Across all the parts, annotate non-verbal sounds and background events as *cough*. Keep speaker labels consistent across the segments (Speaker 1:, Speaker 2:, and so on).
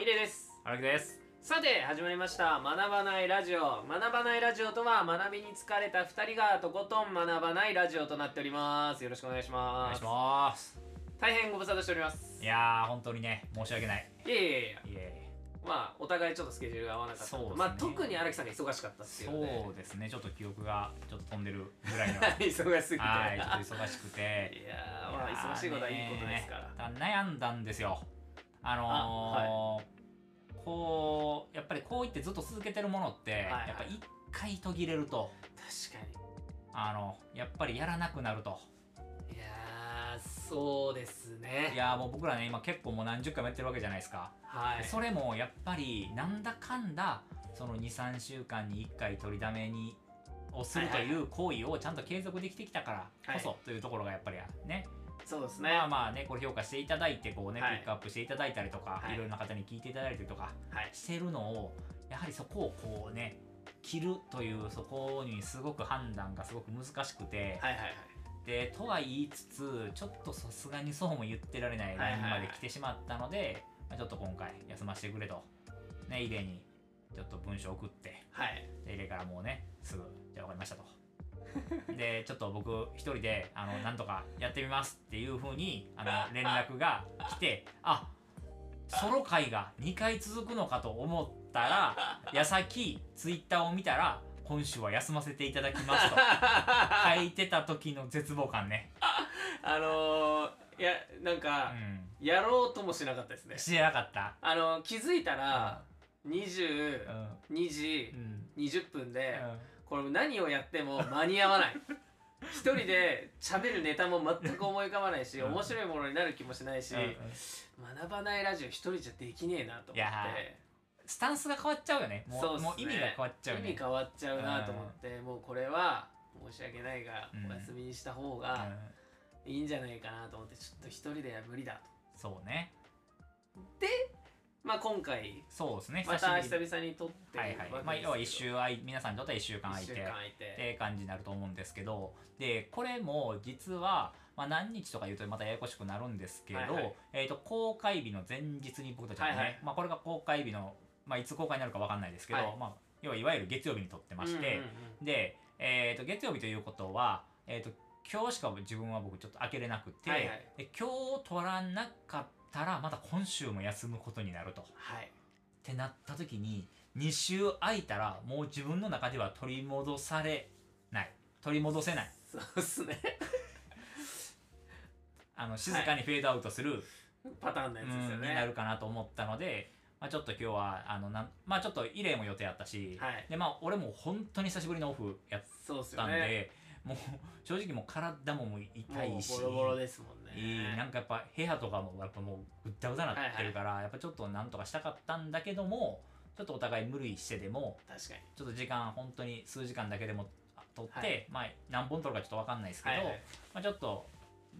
Speaker 1: イレです
Speaker 2: 荒木です
Speaker 1: さて始まりました「学ばないラジオ」学ばないラジオとは学びに疲れた2人がとことん学ばないラジオとなっておりますよろしくお願いし
Speaker 2: お
Speaker 1: ま
Speaker 2: 願い
Speaker 1: す
Speaker 2: します
Speaker 1: 大変ご無沙汰しております
Speaker 2: いやー本当にね申し訳ない
Speaker 1: いやいやいや
Speaker 2: いえ
Speaker 1: まあお互いちょっとスケジュールが合わなかった
Speaker 2: そう
Speaker 1: の
Speaker 2: ですね
Speaker 1: まあ特に荒木さんが忙しかったっていうの
Speaker 2: そうですねちょっと記憶がちょっと飛んでるぐ *laughs* らいの
Speaker 1: で *laughs* 忙しすぎて
Speaker 2: はいちょっと忙しくて
Speaker 1: いやーまあ忙しいことはいいことですから
Speaker 2: だから悩んだんですよあのーこうやっぱりこう言ってずっと続けてるものって、
Speaker 1: いはい
Speaker 2: やっぱ一回途切れると
Speaker 1: 確か
Speaker 2: あのやっぱりやらなくなると
Speaker 1: にいやーそうですね
Speaker 2: いやーもう僕らね今結構もう何十回もやってるわけじゃないですか
Speaker 1: はい
Speaker 2: それもやっぱりなんだかんだその23週間に1回取りだめにをすると
Speaker 1: はいはい
Speaker 2: いう行為をちゃんと継続できてきたからこ
Speaker 1: は
Speaker 2: そというところがやっぱりね、
Speaker 1: そうですね
Speaker 2: まあまあねこれ評価していただいてこうね、
Speaker 1: はい
Speaker 2: ピックアップしていただいたりとか、
Speaker 1: はい
Speaker 2: い、ろいろな方に聞いていただいたりとか
Speaker 1: はい
Speaker 2: してるのをやはりそこをこうね切るというそこにすごく判断がすごく難しくて、
Speaker 1: はいはいはい
Speaker 2: でとは言いつつちょっとさすがにそうも言ってられないラインまで来てしまったので、まあちょっと今回休ませてくれとねイレにちょっと文章送って *laughs*
Speaker 1: はい
Speaker 2: でイレからもうねすぐじゃあ分かりましたと *laughs* でちょっと僕一人であのなんとかやってみますっていうふうにあの連絡が来てあソロ会が2回続くのかと思った *laughs* ら矢先ツイッターを見たら今週は休ませていただきます *laughs* と書いてた時の絶望感ね
Speaker 1: あのー、いやなんか、
Speaker 2: う
Speaker 1: やろうともしなかったです
Speaker 2: *laughs*
Speaker 1: ね
Speaker 2: ん、してなかった。
Speaker 1: あの気づいたら22
Speaker 2: うん、
Speaker 1: 時
Speaker 2: うん、
Speaker 1: 20分
Speaker 2: う
Speaker 1: で
Speaker 2: ん
Speaker 1: これ何をやっても間に合わない一人で喋るネタも全く思い浮かばないし
Speaker 2: うん
Speaker 1: 面白いものになる気もしないし
Speaker 2: うんうん
Speaker 1: 学ばないラジオ一人じゃできねえなと
Speaker 2: い
Speaker 1: 思
Speaker 2: や
Speaker 1: っ
Speaker 2: スタンスが変わっちゃうよね。もう
Speaker 1: そうっすね
Speaker 2: もう意味が変わっちゃうよ
Speaker 1: て
Speaker 2: ね。
Speaker 1: 意味変わっちゃうなと思ってもうこれは申し訳ないが
Speaker 2: うん
Speaker 1: お休みにした方
Speaker 2: う
Speaker 1: が
Speaker 2: ん
Speaker 1: いいんじゃないかなと思ってちょっと一人では無理だと。
Speaker 2: そうね。
Speaker 1: まあ今回
Speaker 2: そうですね。
Speaker 1: また久
Speaker 2: ぶ
Speaker 1: 々に撮ってる
Speaker 2: はいはい。ま
Speaker 1: わ
Speaker 2: あ
Speaker 1: けですけど
Speaker 2: 要は一週あい皆さんにとっては一週間空い
Speaker 1: 一
Speaker 2: て
Speaker 1: 週間空いて
Speaker 2: って感じになると思うんですけど、でこれも実は。まあ、何日とか言うとまたややこしくなるんですけど、
Speaker 1: はいはい
Speaker 2: えー、と公開日の前日に僕たちはね、
Speaker 1: はいはい
Speaker 2: まあ、これが公開日の、まあ、いつ公開になるかわかんないですけど、
Speaker 1: はい
Speaker 2: まあ、要はいわゆる月曜日に撮ってまして、
Speaker 1: うんうん
Speaker 2: で、えー、と月曜日ということは、えー、と今日しか自分は僕ちょっと開けれなくて、
Speaker 1: はいはい
Speaker 2: で今日取らなかったらまた今週も休むことになると。っ
Speaker 1: はい
Speaker 2: てなった時に2週空いたらもう自分の中では取り戻されない取り戻せない
Speaker 1: そうっすね *laughs*
Speaker 2: あの静かにフェードアウトする、
Speaker 1: パターンのやつですよ
Speaker 2: うん
Speaker 1: ね
Speaker 2: になるかなと思ったので、まあ、ちょっと今日はあのなん、まあ、ちょっと異例も予定あったし、
Speaker 1: はい
Speaker 2: でまあ、俺も本当に久しぶりのオフやっ
Speaker 1: そうっす
Speaker 2: った
Speaker 1: よ
Speaker 2: んで、
Speaker 1: ね
Speaker 2: もう正直もう体ももう痛
Speaker 1: もう
Speaker 2: いし
Speaker 1: ボロボロですもんね
Speaker 2: いいなんかやっぱ部屋とかもやっぱもうぐったぐたなってるから、やっぱちょっとなんとかしたかったんだけどもちょっとお互い無理してでも
Speaker 1: 確かに
Speaker 2: ちょっと時間本当に数時間だけでもあ取って、
Speaker 1: はい
Speaker 2: まあ何本取るかちょっと分かんないですけど、
Speaker 1: はいはい
Speaker 2: まあ、ちょっと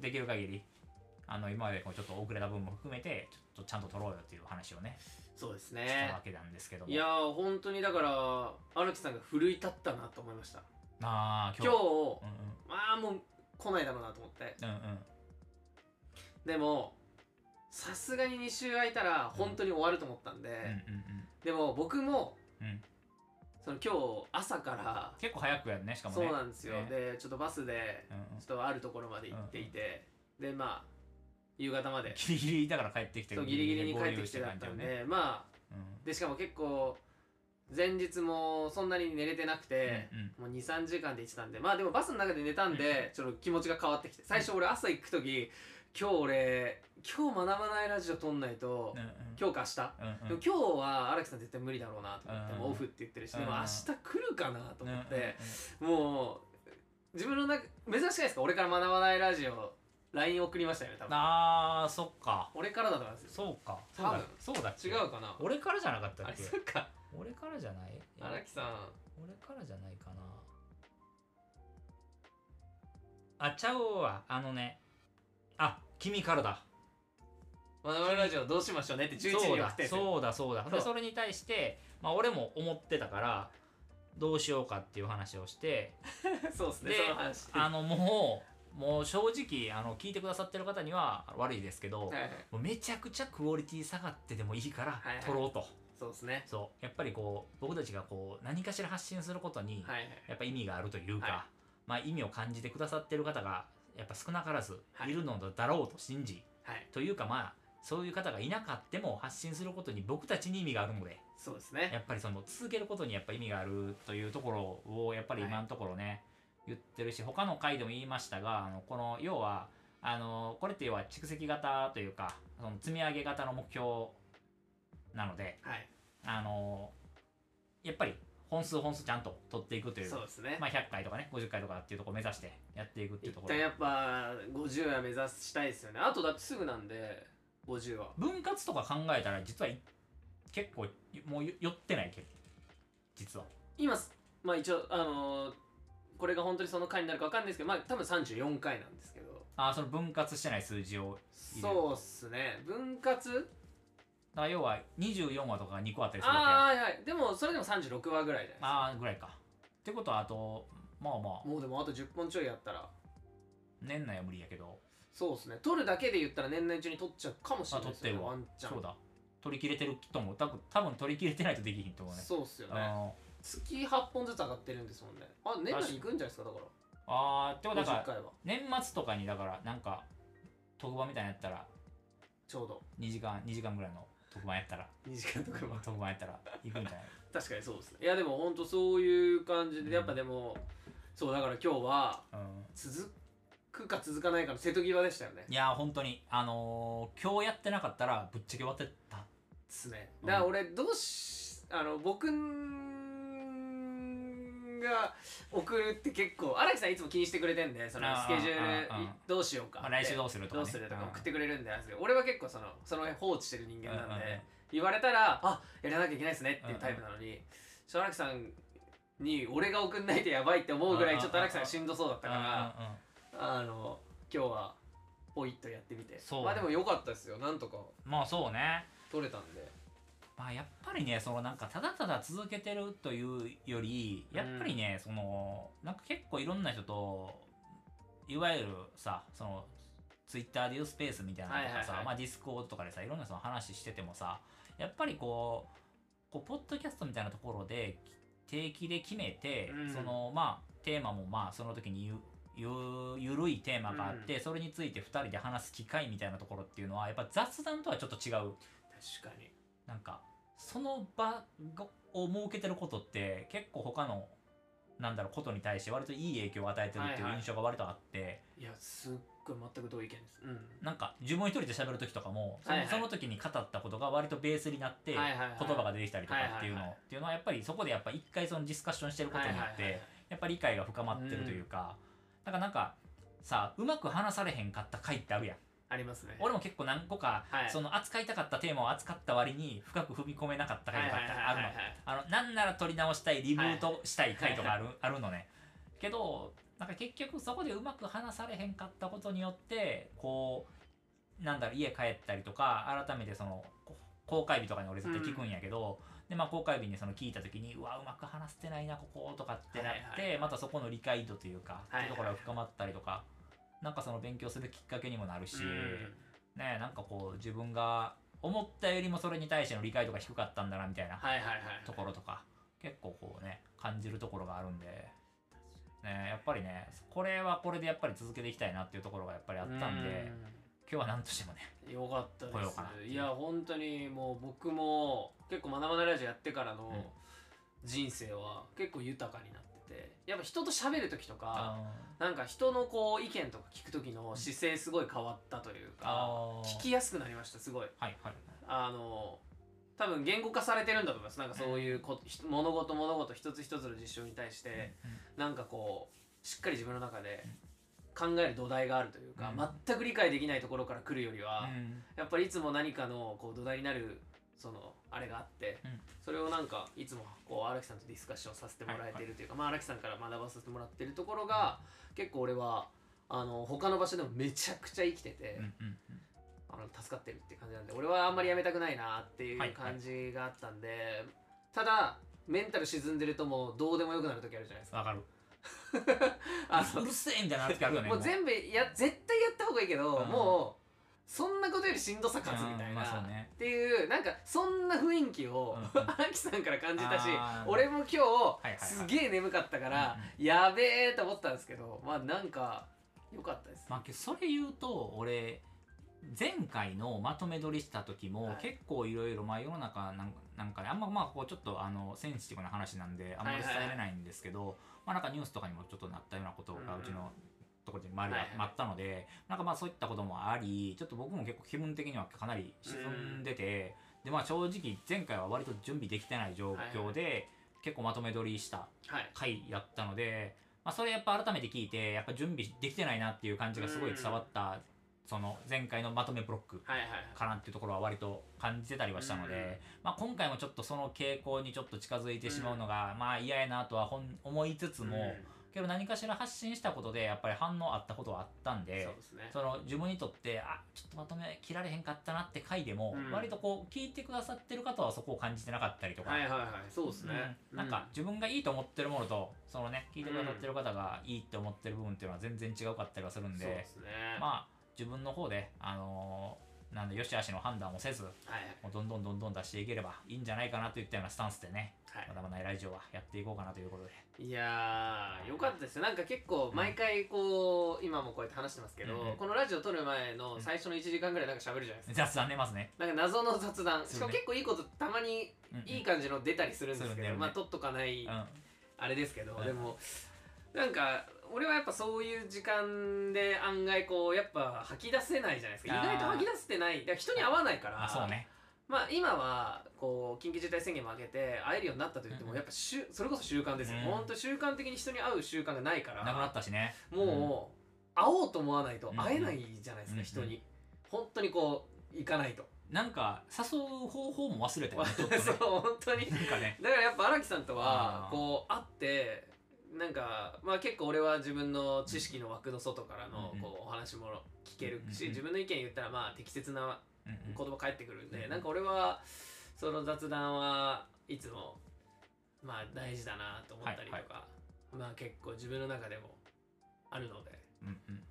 Speaker 2: できる限りあの今までこうちょっと遅れた分も含めてちょっとちゃんと取ろうよっていう話をね
Speaker 1: そうです
Speaker 2: した
Speaker 1: ね
Speaker 2: わけなんですけども
Speaker 1: いやー本当にだから荒木さんが奮い立ったなと思いました
Speaker 2: あー
Speaker 1: 今日
Speaker 2: 今日
Speaker 1: まあもう来ないだろうなと思って
Speaker 2: うんうんうんうん
Speaker 1: でもさすがに2週空いたら本当に終わると思ったんで、
Speaker 2: うんうん
Speaker 1: でも僕も
Speaker 2: うんうん
Speaker 1: その今日朝から
Speaker 2: 結構早くやるねしかも
Speaker 1: そ
Speaker 2: ね
Speaker 1: うなんですよ、
Speaker 2: ね
Speaker 1: でちょっとバスで
Speaker 2: うんうん
Speaker 1: ちょっとあるところまで行っていて、でまあ夕方まで
Speaker 2: ギリギリだから帰ってきて
Speaker 1: そうギリギリに帰ってきてだった
Speaker 2: 合
Speaker 1: ん
Speaker 2: 流
Speaker 1: で、
Speaker 2: し
Speaker 1: まあ
Speaker 2: た感
Speaker 1: でしかも結構前日もそんなに寝れてなく
Speaker 2: じよ
Speaker 1: て
Speaker 2: ね、うんうん
Speaker 1: もう23時間で行ってたんでまあでもバスの中で寝たんで、ちょっと気持ちが変わってきて最初俺朝行く時今日俺今日学ばないラジオ撮んないと、
Speaker 2: うんうん
Speaker 1: 今日か明日、
Speaker 2: うん
Speaker 1: で
Speaker 2: う
Speaker 1: も今日は荒木さん絶対無理だろうなと思って、
Speaker 2: うん
Speaker 1: もうオフって言ってるし、でも
Speaker 2: うん
Speaker 1: 明日来るかなと思
Speaker 2: ん
Speaker 1: って、もう自分の中珍しくないですか俺から学ばないラジオ LINE 送りましたよね多分
Speaker 2: あーそっか
Speaker 1: 俺からだと思いますよ
Speaker 2: そうかそ
Speaker 1: 多
Speaker 2: うだ
Speaker 1: 分
Speaker 2: そうだっけ
Speaker 1: 違うかな
Speaker 2: 俺からじゃなかったっ
Speaker 1: あれ
Speaker 2: け
Speaker 1: そっか
Speaker 2: 俺からじゃない
Speaker 1: 荒木さん
Speaker 2: 俺からじゃないかなあちゃおうわあのねあ君からだ
Speaker 1: 学ばないラジオどうしましょうねって11時に
Speaker 2: そう
Speaker 1: 送っ
Speaker 2: だ
Speaker 1: てて
Speaker 2: そうだそうだ
Speaker 1: そう
Speaker 2: でそれに対して、まあ、俺も思ってたからどうしようかっていう話をして
Speaker 1: *laughs* そうですね
Speaker 2: で
Speaker 1: その話
Speaker 2: あのもうもう正直あの聞いてくださってる方には悪いですけ
Speaker 1: *laughs*
Speaker 2: ど、
Speaker 1: はいはい
Speaker 2: もうめちゃくちゃクオリティ下がってでもいいから
Speaker 1: はいはい
Speaker 2: 撮ろうと、
Speaker 1: そうですね
Speaker 2: そうやっぱりこう僕たちがこう何かしら発信することに
Speaker 1: はいはい
Speaker 2: やっぱ意味があるというか、
Speaker 1: はい
Speaker 2: まあ、意味を感じてくださってる方がやっぱ少なからず
Speaker 1: はい
Speaker 2: いるのだろうと信じ、
Speaker 1: はい
Speaker 2: というかまあそういう方がいなかっても発信することに僕たちに意味があるので
Speaker 1: そうですね
Speaker 2: *laughs* やっぱりその続けることにやっぱ意味があるというところをやっぱり今のところね、言ってるし他の回でも言いましたがあのこの要はあのこれって要は蓄積型というかその積み上げ型の目標なので
Speaker 1: はい
Speaker 2: あのやっぱり本数本数ちゃんと取っていくという
Speaker 1: そうですね
Speaker 2: まあ、100回とかね50回とかっていうところを目指してやっていくってい
Speaker 1: 一
Speaker 2: うところ
Speaker 1: 旦やっぱ50は目指したいですよねあとだってすぐなんで50は
Speaker 2: 分割とか考えたら実はい結構もうよ寄ってないけど実は
Speaker 1: 今すまあ一応あのーこれが本当にその回になるかわかんないですけどまあ多分34回なんですけど
Speaker 2: あーその分割してない数字をいいね
Speaker 1: そうっすね分割
Speaker 2: だから要は24話とか2個あったりするわけや
Speaker 1: ああーはいでもそれでも36話ぐらいじゃない
Speaker 2: あーぐらいかってことはあとまあま
Speaker 1: です
Speaker 2: あ
Speaker 1: かもうでもあと10本ちょいやったら
Speaker 2: 年内は無理やけど
Speaker 1: そうっすね取るだけで言ったら年内中に取っちゃうかもしれないですよね
Speaker 2: あ
Speaker 1: ワ
Speaker 2: 取
Speaker 1: ンチャン
Speaker 2: そうだ取り切れてると思う多分多分取り切れてないとできひんと思うね
Speaker 1: そうっすよ
Speaker 2: あ
Speaker 1: ね
Speaker 2: の
Speaker 1: 月8本ずつ上がってるんですもんねあ年内いくんじゃないですかだか
Speaker 2: あーってこと
Speaker 1: ら
Speaker 2: はだか
Speaker 1: 50
Speaker 2: ら
Speaker 1: 回は
Speaker 2: 年末とかにだからなんか特番みたいなのやったら
Speaker 1: ちょうど
Speaker 2: 2時間2時間ぐらいの特番やっ
Speaker 1: *laughs*
Speaker 2: たら
Speaker 1: 2時間とかも
Speaker 2: 特番やったら行くんじゃない
Speaker 1: 確かにそうですねいやでも本当そういう感じ
Speaker 2: うん
Speaker 1: でやっぱでも、そうだから今日は
Speaker 2: うん
Speaker 1: 続くか続かないかの瀬戸際でしたよね
Speaker 2: いやー本当にあのー今日やってなかったらぶっちゃけ終わってた
Speaker 1: ですね
Speaker 2: うん
Speaker 1: だから俺どうしあの僕んが送るって結構荒木さんいつも気にしてくれてんでその
Speaker 2: あー
Speaker 1: スケジュー
Speaker 2: あーあー
Speaker 1: ルいどうしようか
Speaker 2: まあ
Speaker 1: って
Speaker 2: 来週どうするとか、
Speaker 1: ど
Speaker 2: ね、
Speaker 1: うするとか送って
Speaker 2: く
Speaker 1: くれるんであれですけど俺は結構そのその辺放置してる人間なん
Speaker 2: うんうんうん
Speaker 1: で言われたらあやらなきゃいけないですねっていうタイプなのにちょっと荒木さんに俺が送んないとやばいって思うぐらいちょっと荒木さんがしんどそうだったから
Speaker 2: うんうんうん
Speaker 1: あの今日はポイッとやってみて
Speaker 2: そう
Speaker 1: まあでも良かったですよなんとか
Speaker 2: まあそうね
Speaker 1: 取れたんで
Speaker 2: まあやっぱりねそのなんかただただ続けてるというよりやっぱりね、そのなんか結構いろんな人といわゆるさそのツイッターでいうスペースみたいなのとかさ、
Speaker 1: はいはいはい
Speaker 2: まあ、ディスコードとかでさいろんなその話しててもさやっぱりこうこうポッドキャストみたいなところで定期で決めて、
Speaker 1: うん
Speaker 2: そのまあテーマもまあその時に言うゆゆるいテーマがあって、それについて2人で話す機会みたいなところっていうのはやっぱ雑談とはちょっと違う
Speaker 1: 確かに
Speaker 2: なんかその場がを設けてることって結構他のなんだろうことに対して割といい影響を与えてるっていう
Speaker 1: はいはい
Speaker 2: 印象が割とあって、
Speaker 1: いやすっごい全く同意見ですうん
Speaker 2: なんか自分一人で喋る時とかもその,、
Speaker 1: はいはい
Speaker 2: その時に語ったことが割とベースになって
Speaker 1: はい
Speaker 2: 言
Speaker 1: はいはい
Speaker 2: 葉が出てきたりとかっていうの、
Speaker 1: はいはいはい
Speaker 2: っていうのはやっぱりそこでやっぱ一回そのディスカッションしてることによって、
Speaker 1: はいはいはい
Speaker 2: やっぱり理解が深まってるというか、だからなんかさうまく話されへんかった回ってあるやん
Speaker 1: ありますね
Speaker 2: 俺も結構何個か、
Speaker 1: はい
Speaker 2: その扱いたかったテーマを扱った割に深く踏み込めなかった
Speaker 1: はい
Speaker 2: 回
Speaker 1: はい
Speaker 2: と
Speaker 1: は
Speaker 2: か
Speaker 1: い
Speaker 2: って
Speaker 1: は
Speaker 2: ある
Speaker 1: い
Speaker 2: の
Speaker 1: は。い
Speaker 2: あのなんなら撮り直したいリブートしたい回とかある,、あるのねけどなんか結局そこでうまく話されへんかったことによってこうなんだろう家帰ったりとか改めてそのこ公開日とかに俺絶対聞くんやけど、でまあ、公開日にその聞いた時にうわうまく話せてないなこことかってなっ
Speaker 1: は
Speaker 2: て、
Speaker 1: いはいはい
Speaker 2: またそこの理解度というか、
Speaker 1: はいはい
Speaker 2: っていうところが深まったりとかなんかその勉強するきっかけにもなるし、
Speaker 1: うん
Speaker 2: ねなんかこう自分が思ったよりもそれに対しての理解度が低かったんだなみたいな
Speaker 1: はいはいはい
Speaker 2: ところとか結構こうね感じるところがあるんで、ね、やっぱりねこれはこれでやっぱり続けていきたいなっていうところがやっぱりあったんで今日は何としてもね
Speaker 1: うんよかった
Speaker 2: 来
Speaker 1: で
Speaker 2: ようかなっていう
Speaker 1: すいや本当にもう僕も結構「学ばないラジオ」やってから
Speaker 2: うん
Speaker 1: の人生は結構豊かになっててやっぱ人と喋る時とか
Speaker 2: あ
Speaker 1: なんか人のこう意見とか聞く時の姿勢すごい変わったというか
Speaker 2: あ
Speaker 1: 聞きやすくなりましたすごい
Speaker 2: はいはい
Speaker 1: あの多分言語化されてるんだと思いますなんかそういうこひ物事物事一つ一つの実証に対して、なんかこうしっかり自分の中で考える土台があるというか、
Speaker 2: うん
Speaker 1: 全く理解できないところから来るより
Speaker 2: う
Speaker 1: は、
Speaker 2: ん
Speaker 1: やっぱりいつも何かのこう土台になるそのあれがあって、
Speaker 2: うん
Speaker 1: それをなんかいつもこう荒木さんとディスカッションさせてもらえてるというか、まあ、荒木さんから学ばさせてもらってるところが、結構俺はあの他の場所でもめちゃくちゃ生きてて、
Speaker 2: うんうんうんうん
Speaker 1: あの助かってるって感じなんで俺はあんまりやめたくないなっていう
Speaker 2: はい
Speaker 1: 感じがあ
Speaker 2: *laughs*
Speaker 1: ったんで、ただメンタル沈んでるともうどうでもよくなる時あるじゃないですか。
Speaker 2: わかる
Speaker 1: あの
Speaker 2: うるせえみたいな時あるよね
Speaker 1: もう全部や絶対やった方がいいけど、
Speaker 2: うん
Speaker 1: もうそんなことよりしんどさ勝つみたいな、
Speaker 2: うんまあそうね
Speaker 1: っていうなんかそんな雰囲気を
Speaker 2: うんうん
Speaker 1: 荒、木さんから感じたし
Speaker 2: あー
Speaker 1: 俺も今日、
Speaker 2: いはい
Speaker 1: すげえ眠かったから、
Speaker 2: う
Speaker 1: やべえと思ったんですけどまあなんか良かったです、
Speaker 2: まあ、けどそれ言うと俺前回のまとめ撮りした時
Speaker 1: は
Speaker 2: も
Speaker 1: い
Speaker 2: 結構いろいろまあ世の中なんなんかねあんままあこうちょっとあのセンシティブな話なんであんまり伝えれないんですけど、まあなんかニュースとかにもちょっとなったようなことが
Speaker 1: うん
Speaker 2: う
Speaker 1: うん
Speaker 2: ちのところで周り
Speaker 1: は
Speaker 2: が
Speaker 1: いはい
Speaker 2: 待ったので、なんかまあそういったこともありちょっと僕も結構気分的にはかなり沈んでて、でまあ正直前回は割と準備できてない状況で、結構まとめ撮りした
Speaker 1: はい
Speaker 2: 回やったので、まあ、それやっぱ改めて聞いてやっぱ準備できてないなっていう感じがすごい伝わった、その前回のまとめブロック
Speaker 1: はいはいはい
Speaker 2: かなっていうところは割と感じてたりはしたので、
Speaker 1: うん
Speaker 2: まあ、今回もちょっとその傾向にちょっと近づいてしまうのが、まあ嫌やなとはほん思いつつも、けど何かしら発信したことでやっぱり反応あったことはあったん
Speaker 1: うん
Speaker 2: で
Speaker 1: そう。ですね
Speaker 2: その自分にとってあちょっとまとめ切られへんかったなって回でも、
Speaker 1: うん
Speaker 2: 割とこう聞いてくださってる方はそこを感じてなかったりとか、
Speaker 1: はいはいはいそうですね、
Speaker 2: うんなんか自分がいいと思ってるものとそのね聞いてくださってる方がいいって思ってる部分っていうのは全然違うかったりはする
Speaker 1: うんん
Speaker 2: で
Speaker 1: そうですねは
Speaker 2: まあ自分の方であのーなんでよし悪しの判断をせずも
Speaker 1: いはいう
Speaker 2: どんどんどんどん出していければいいんじゃないかなといったようなスタンスでね
Speaker 1: はい
Speaker 2: まだまだラジオはやっていこうかなということで *laughs*
Speaker 1: いやーよかったですよなんか結構毎回こう、今もこうやって話してますけど、
Speaker 2: うんうん
Speaker 1: このラジオ撮る前の
Speaker 2: うん
Speaker 1: 最初の1時間ぐらいなんか喋るじゃないですか、
Speaker 2: 雑談出ますね、
Speaker 1: なんか謎の雑談しかも
Speaker 2: そうね
Speaker 1: 結構いいことたまに
Speaker 2: うんうん
Speaker 1: いい感じの出たりするんです
Speaker 2: そう
Speaker 1: け
Speaker 2: だ
Speaker 1: ど、
Speaker 2: よね
Speaker 1: まあ撮っとかない、
Speaker 2: うん
Speaker 1: あれですけど、
Speaker 2: うん
Speaker 1: でもなんか俺はやっぱそういう時間で案外こうやっぱ吐き出せないじゃないですか
Speaker 2: あ
Speaker 1: 意
Speaker 2: ー
Speaker 1: 外と吐き出せてないだから人に会わないから
Speaker 2: あそうね
Speaker 1: まあ今はこう緊急事態宣言も明けて会えるようになったといって
Speaker 2: うんう
Speaker 1: も
Speaker 2: ん
Speaker 1: やっぱしゅそれこそ習慣ですよ、
Speaker 2: うん
Speaker 1: ほんと習慣的に人に会う習慣がないから
Speaker 2: なくなったしね
Speaker 1: もう会おうと思わないと
Speaker 2: うんうん
Speaker 1: 会えないじゃないですか、
Speaker 2: うんうん
Speaker 1: 人に本当にこう行かないと、
Speaker 2: うんなんか誘う方法も忘れたよねちょっと
Speaker 1: *laughs*
Speaker 2: ね
Speaker 1: そう本当に
Speaker 2: なんかね
Speaker 1: だからやっぱ荒木さんとは
Speaker 2: あー
Speaker 1: こう会ってなんかまあ結構俺は自分の知識の枠の外からの
Speaker 2: うんうん
Speaker 1: こうお話も聞ける
Speaker 2: うんう
Speaker 1: し
Speaker 2: ん
Speaker 1: 自分の意見言ったらまあ適切な
Speaker 2: うんうん
Speaker 1: 言葉返ってくるん
Speaker 2: うん
Speaker 1: で
Speaker 2: うん
Speaker 1: なんか俺はその雑談はいつもまあ大事だなと思ったりと
Speaker 2: はい
Speaker 1: かまあ結構自分の中でもあるので
Speaker 2: うんうん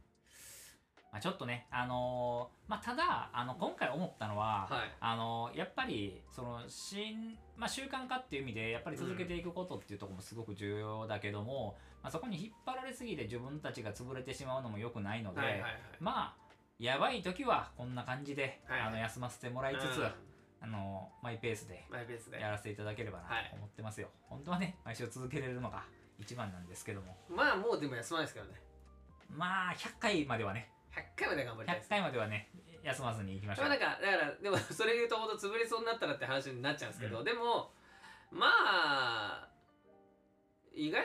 Speaker 2: まあ、ちょっとね、あのーまあ、ただあの今回思ったのは、
Speaker 1: はい
Speaker 2: あのーやっぱりその新、まあ、習慣化っていう意味でやっぱり続けていくことっていうところもすごく重要だけども、まあ、そこに引っ張られすぎて自分たちが潰れてしまうのも良くないので、
Speaker 1: はいはいはい
Speaker 2: まあやばい時はこんな感じで、
Speaker 1: はいはい
Speaker 2: あの休ませてもらいつつ、
Speaker 1: うん
Speaker 2: あのーマイペースで
Speaker 1: マイペースで
Speaker 2: やらせていただければな
Speaker 1: はい
Speaker 2: と思ってますよ、本当はね毎週続けれるのが一番なんですけども
Speaker 1: まあもうでも休まないですからね
Speaker 2: まあ100回まではね
Speaker 1: 100回まで頑張りたいです
Speaker 2: 100回まではね休まずに行きましょ
Speaker 1: ま
Speaker 2: う
Speaker 1: あなんかだからでもそれ言うとほんと潰れそうになったらって話になっちゃうんですけど、でもまあ意外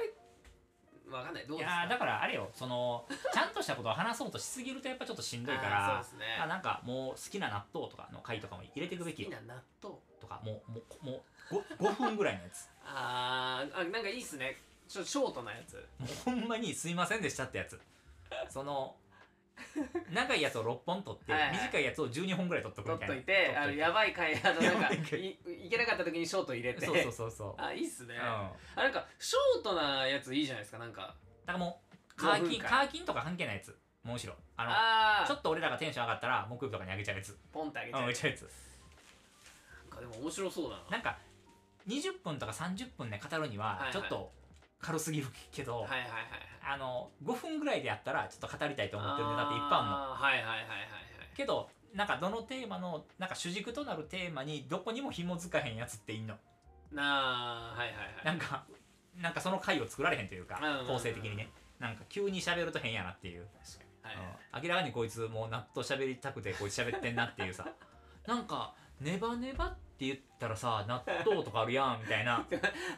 Speaker 1: わかんないどう
Speaker 2: い
Speaker 1: です
Speaker 2: や
Speaker 1: か
Speaker 2: ーだからあれよそのちゃんとしたことを話そうとしすぎるとやっぱちょっとしんどいから
Speaker 1: あーそうですね
Speaker 2: まあなんかもう好きな納豆とかの回とかも入れていくべきよ
Speaker 1: 好きな納豆
Speaker 2: とかもうもうもう 5, 分ぐらいのやつ
Speaker 1: あーあなんかいいっすねちょショートなやつ
Speaker 2: もうほんまに「すいませんでした」ってやつその長いやつを6本取って
Speaker 1: はいはい
Speaker 2: 短いやつを12本ぐらい取っとく
Speaker 1: 取
Speaker 2: み
Speaker 1: った
Speaker 2: い
Speaker 1: と
Speaker 2: ない
Speaker 1: てあのやばい回あのなん
Speaker 2: や
Speaker 1: か
Speaker 2: ばい回
Speaker 1: いいけなかった時にショート入れて
Speaker 2: そうそうそ
Speaker 1: *laughs*
Speaker 2: うそう、
Speaker 1: あいいっすね、
Speaker 2: うん、だ
Speaker 1: あ
Speaker 2: か
Speaker 1: なんかショートなやついいじゃないですかなんから
Speaker 2: もうカーキ
Speaker 1: 5分
Speaker 2: ン
Speaker 1: 間
Speaker 2: カーキンとか関係ないやつもう後ろあの
Speaker 1: あ
Speaker 2: ち
Speaker 1: あ
Speaker 2: ょっと俺らがテンション上がったら木曜日とかにあげちゃうやつ
Speaker 1: ポンってあげち
Speaker 2: うん
Speaker 1: ゃう、
Speaker 2: あ
Speaker 1: な
Speaker 2: げ
Speaker 1: ん
Speaker 2: ちゃうやつ
Speaker 1: かでも面白そうだな
Speaker 2: なんか20分とか30分で語るに
Speaker 1: い
Speaker 2: は
Speaker 1: はい
Speaker 2: ちょっと軽すぎるけど、
Speaker 1: はいはいはいはい
Speaker 2: あの5分ぐらいでやったらちょっと語りたいと思ってるネタっていっぱいあるの
Speaker 1: あーはいはいはいはいはい
Speaker 2: けどなんかどのテーマのなんか主軸となるテーマにどこにも紐づかへんやつっていんの
Speaker 1: なあはいはいは
Speaker 2: ないんかなんかその回を作られへんというか
Speaker 1: うんうんうん
Speaker 2: 構成的にねなんか急に喋ると変やなっていう、
Speaker 1: 確かに、はい
Speaker 2: うん明らかにこいつもう納豆喋りたくてこいつ喋ってんなっていうさ *laughs* なんかネバネバって言ったらさ納豆とかあるやんみたいな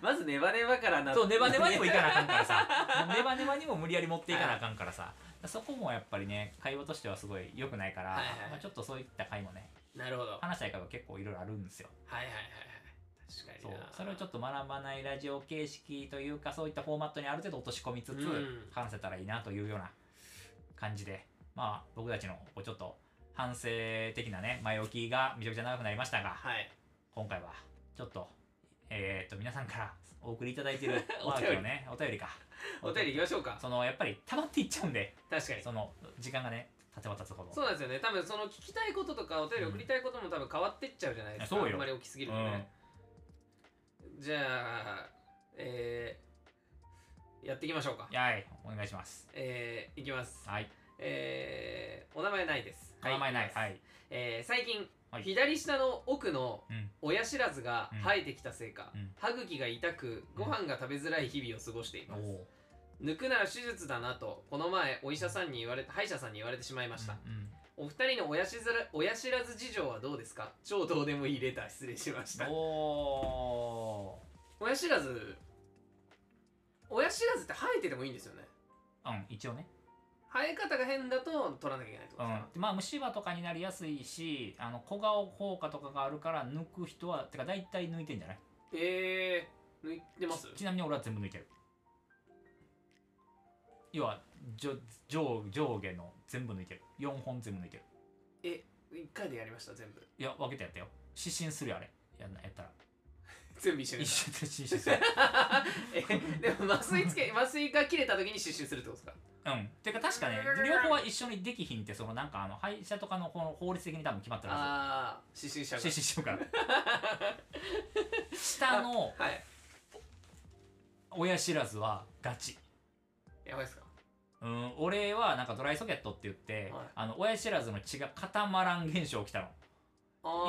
Speaker 1: まずネバネバからな
Speaker 2: そうネバネバにもいかなあかんから
Speaker 1: *laughs*
Speaker 2: さネバネバにも無理やり持っていかなあかんからさそこもやっぱりね会話としてはすごい良くないから、
Speaker 1: はいはいはい
Speaker 2: まあ、ちょっとそういった回もね
Speaker 1: なるほどはい
Speaker 2: 話したい回は結構いろいろあるんですよ
Speaker 1: はいはいはい確か
Speaker 2: そう
Speaker 1: にな
Speaker 2: それをちょっ
Speaker 1: と
Speaker 2: と学ばないラジオ形式というかそういったフォーマットにある程度落とし込みつつ、
Speaker 1: うん
Speaker 2: 話せたらいいなというような感じでまあ僕たちのこうちょっと反省的なね前置きがめちゃくちゃ長くなりましたが
Speaker 1: はい
Speaker 2: 今回はちょっと、えー、っと皆さんからお送りいただいている
Speaker 1: *laughs* お
Speaker 2: お
Speaker 1: 便り
Speaker 2: 便りねお便りか
Speaker 1: お便りいきましょうか
Speaker 2: そのやっぱり溜まっていっちゃうんで
Speaker 1: 確かに
Speaker 2: その時間がね経てば経つほど
Speaker 1: そうなんですよね多分その聞きたいこととかお便り送りたいことも多分変わってっちゃうじゃないですか、
Speaker 2: うん
Speaker 1: あ
Speaker 2: そうんよ
Speaker 1: まり大きすぎるとね、じゃあえー、やっていきましょうか
Speaker 2: うん、はいお願いします
Speaker 1: えー、いきます
Speaker 2: はい
Speaker 1: えー、お名前ないです、
Speaker 2: お名前ないはいい
Speaker 1: えー、最近、
Speaker 2: はい
Speaker 1: 左下の奥の
Speaker 2: うん
Speaker 1: 親知らずが生えてきたせいか、
Speaker 2: うん
Speaker 1: 歯茎が痛くご飯が食べづらい日々を過ごしてい
Speaker 2: お
Speaker 1: ます、
Speaker 2: お
Speaker 1: 抜くなら手術だなとこの前お医者さんに言われ歯医者さんに言われてしまいました、
Speaker 2: うんうん
Speaker 1: お二人の親知ら親知らず事情はどうですか超どうでもいいレター失礼しました
Speaker 2: お
Speaker 1: 親知らず親知らずって生えててもいいんですよね
Speaker 2: ーうん一応ね、
Speaker 1: 生え方が変だと取らなきゃいけないってこ
Speaker 2: う
Speaker 1: とですか、
Speaker 2: んまあ虫歯とかになりやすいしあの小顔効果とかがあるから抜く人はてか大体抜いてんじゃない
Speaker 1: えー、抜いてます
Speaker 2: ちなみに俺は全部抜いてる要は上上上下の全部抜いてる4本全部抜いてる
Speaker 1: 一回でやりました全部
Speaker 2: いや分けてやったよ失神するよあれやんなやったら
Speaker 1: 全部一緒に
Speaker 2: 一瞬で失神する
Speaker 1: えでも麻酔つけ麻酔が切れた時に失神するってことですか
Speaker 2: うんてか確かね両方は一緒にできひんってそのなんかあの歯医者とかのこの法律的に多分決まってるは
Speaker 1: ああ失神しちゃ
Speaker 2: ず
Speaker 1: う
Speaker 2: 失神しちゃ
Speaker 1: *laughs*
Speaker 2: うから下の
Speaker 1: はい
Speaker 2: 親知らずはガチ
Speaker 1: やばいっすか
Speaker 2: うん、俺はなんかドライソケットって言って、
Speaker 1: はい
Speaker 2: あの親知らずの血が固まらん現象起きたの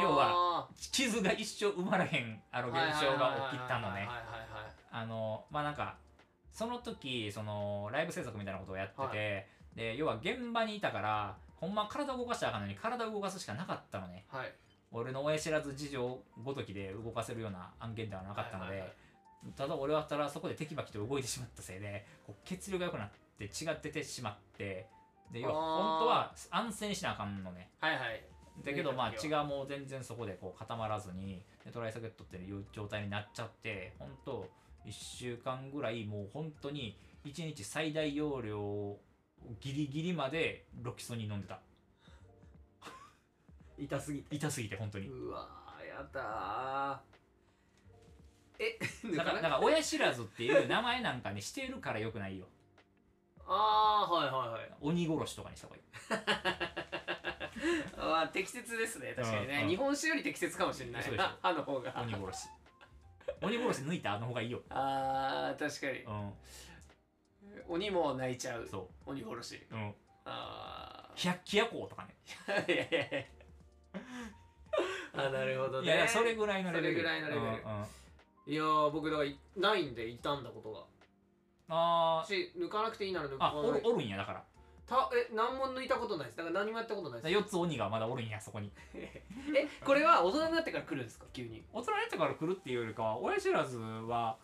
Speaker 1: 要は
Speaker 2: は傷が一生埋まらへんあの現象が起きたの
Speaker 1: はいはいはいは
Speaker 2: ね
Speaker 1: い
Speaker 2: あのまあなんかその時そのライブ制作みたいなことをやってて、
Speaker 1: は
Speaker 2: で要は現場にいたからほんま体動かしたらあかんのに体動かすしかなかったのね
Speaker 1: はいはい
Speaker 2: 俺の親知らず事情ごときで動かせるような案件ではなかったので、
Speaker 1: はいはいはい
Speaker 2: ただ俺はただそこでテキパキと動いてしまったせいでこう血流が良くなって血が出てしまってで要は
Speaker 1: あー
Speaker 2: 本当は安静にしなあかんのね
Speaker 1: はいはい
Speaker 2: だけどまあ
Speaker 1: 抜いた時
Speaker 2: 血がもう全然そこでこう固まらずにでトライサケットっていう状態になっちゃって本当1週間ぐらいもう本当に1日最大容量ギリギリまでロキソニン飲んでた
Speaker 1: 痛すぎて
Speaker 2: 痛すぎて本当に
Speaker 1: うわーやだーえ抜
Speaker 2: *laughs* だ
Speaker 1: か
Speaker 2: から
Speaker 1: な
Speaker 2: だ
Speaker 1: か
Speaker 2: から親知らずっていう名前なんかにしてるからよくないよ
Speaker 1: ああはいはいはい
Speaker 2: 鬼殺しとかにした方がいい
Speaker 1: あー適切ですね確かにね、
Speaker 2: うんうん
Speaker 1: 日本酒より適切かもしれない
Speaker 2: そうでしょ
Speaker 1: 歯の方が
Speaker 2: 鬼殺し鬼殺し抜いたあの方がいいよ
Speaker 1: あー確かに
Speaker 2: う
Speaker 1: 鬼も泣いちゃうん
Speaker 2: そ
Speaker 1: 鬼殺し
Speaker 2: ううん
Speaker 1: あ
Speaker 2: 百鬼夜行とかね
Speaker 1: ー *laughs* いやいやいやあなるほどね
Speaker 2: いやいやそれぐらいのレベル
Speaker 1: それぐらいのレベル
Speaker 2: うんうんあ
Speaker 1: いやー僕だからいないんで傷んだことが
Speaker 2: あ
Speaker 1: 私抜かなくていいなら抜か
Speaker 2: あお
Speaker 1: な
Speaker 2: る
Speaker 1: い
Speaker 2: おるんやだから
Speaker 1: たえ何も抜いたことないですだから何もやったことないです
Speaker 2: 4つ鬼がまだおるんやそこに
Speaker 1: えこれは大人になってから来るんですか急に
Speaker 2: 大人になってから来るっていうよりかは親知らずは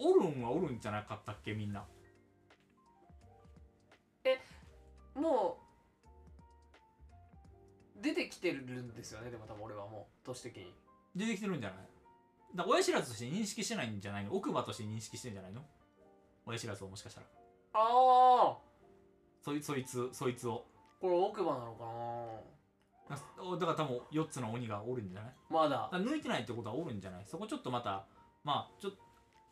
Speaker 2: おるんはおるんじゃなかったっけみんな
Speaker 1: もう出てきてるんですよねでも多分俺はもう年的に
Speaker 2: 出てきてるんじゃないだから親知らずとして認識してないんじゃないの奥歯として認識してんじゃないの親知らずをもしかしたら
Speaker 1: ああ
Speaker 2: そいそいつそいつを
Speaker 1: これ奥歯なのかな
Speaker 2: なおだから多分4つの鬼がおるんじゃない
Speaker 1: まだ
Speaker 2: だから抜いてないってことはおるんじゃないそこちょっとまたまあちょっと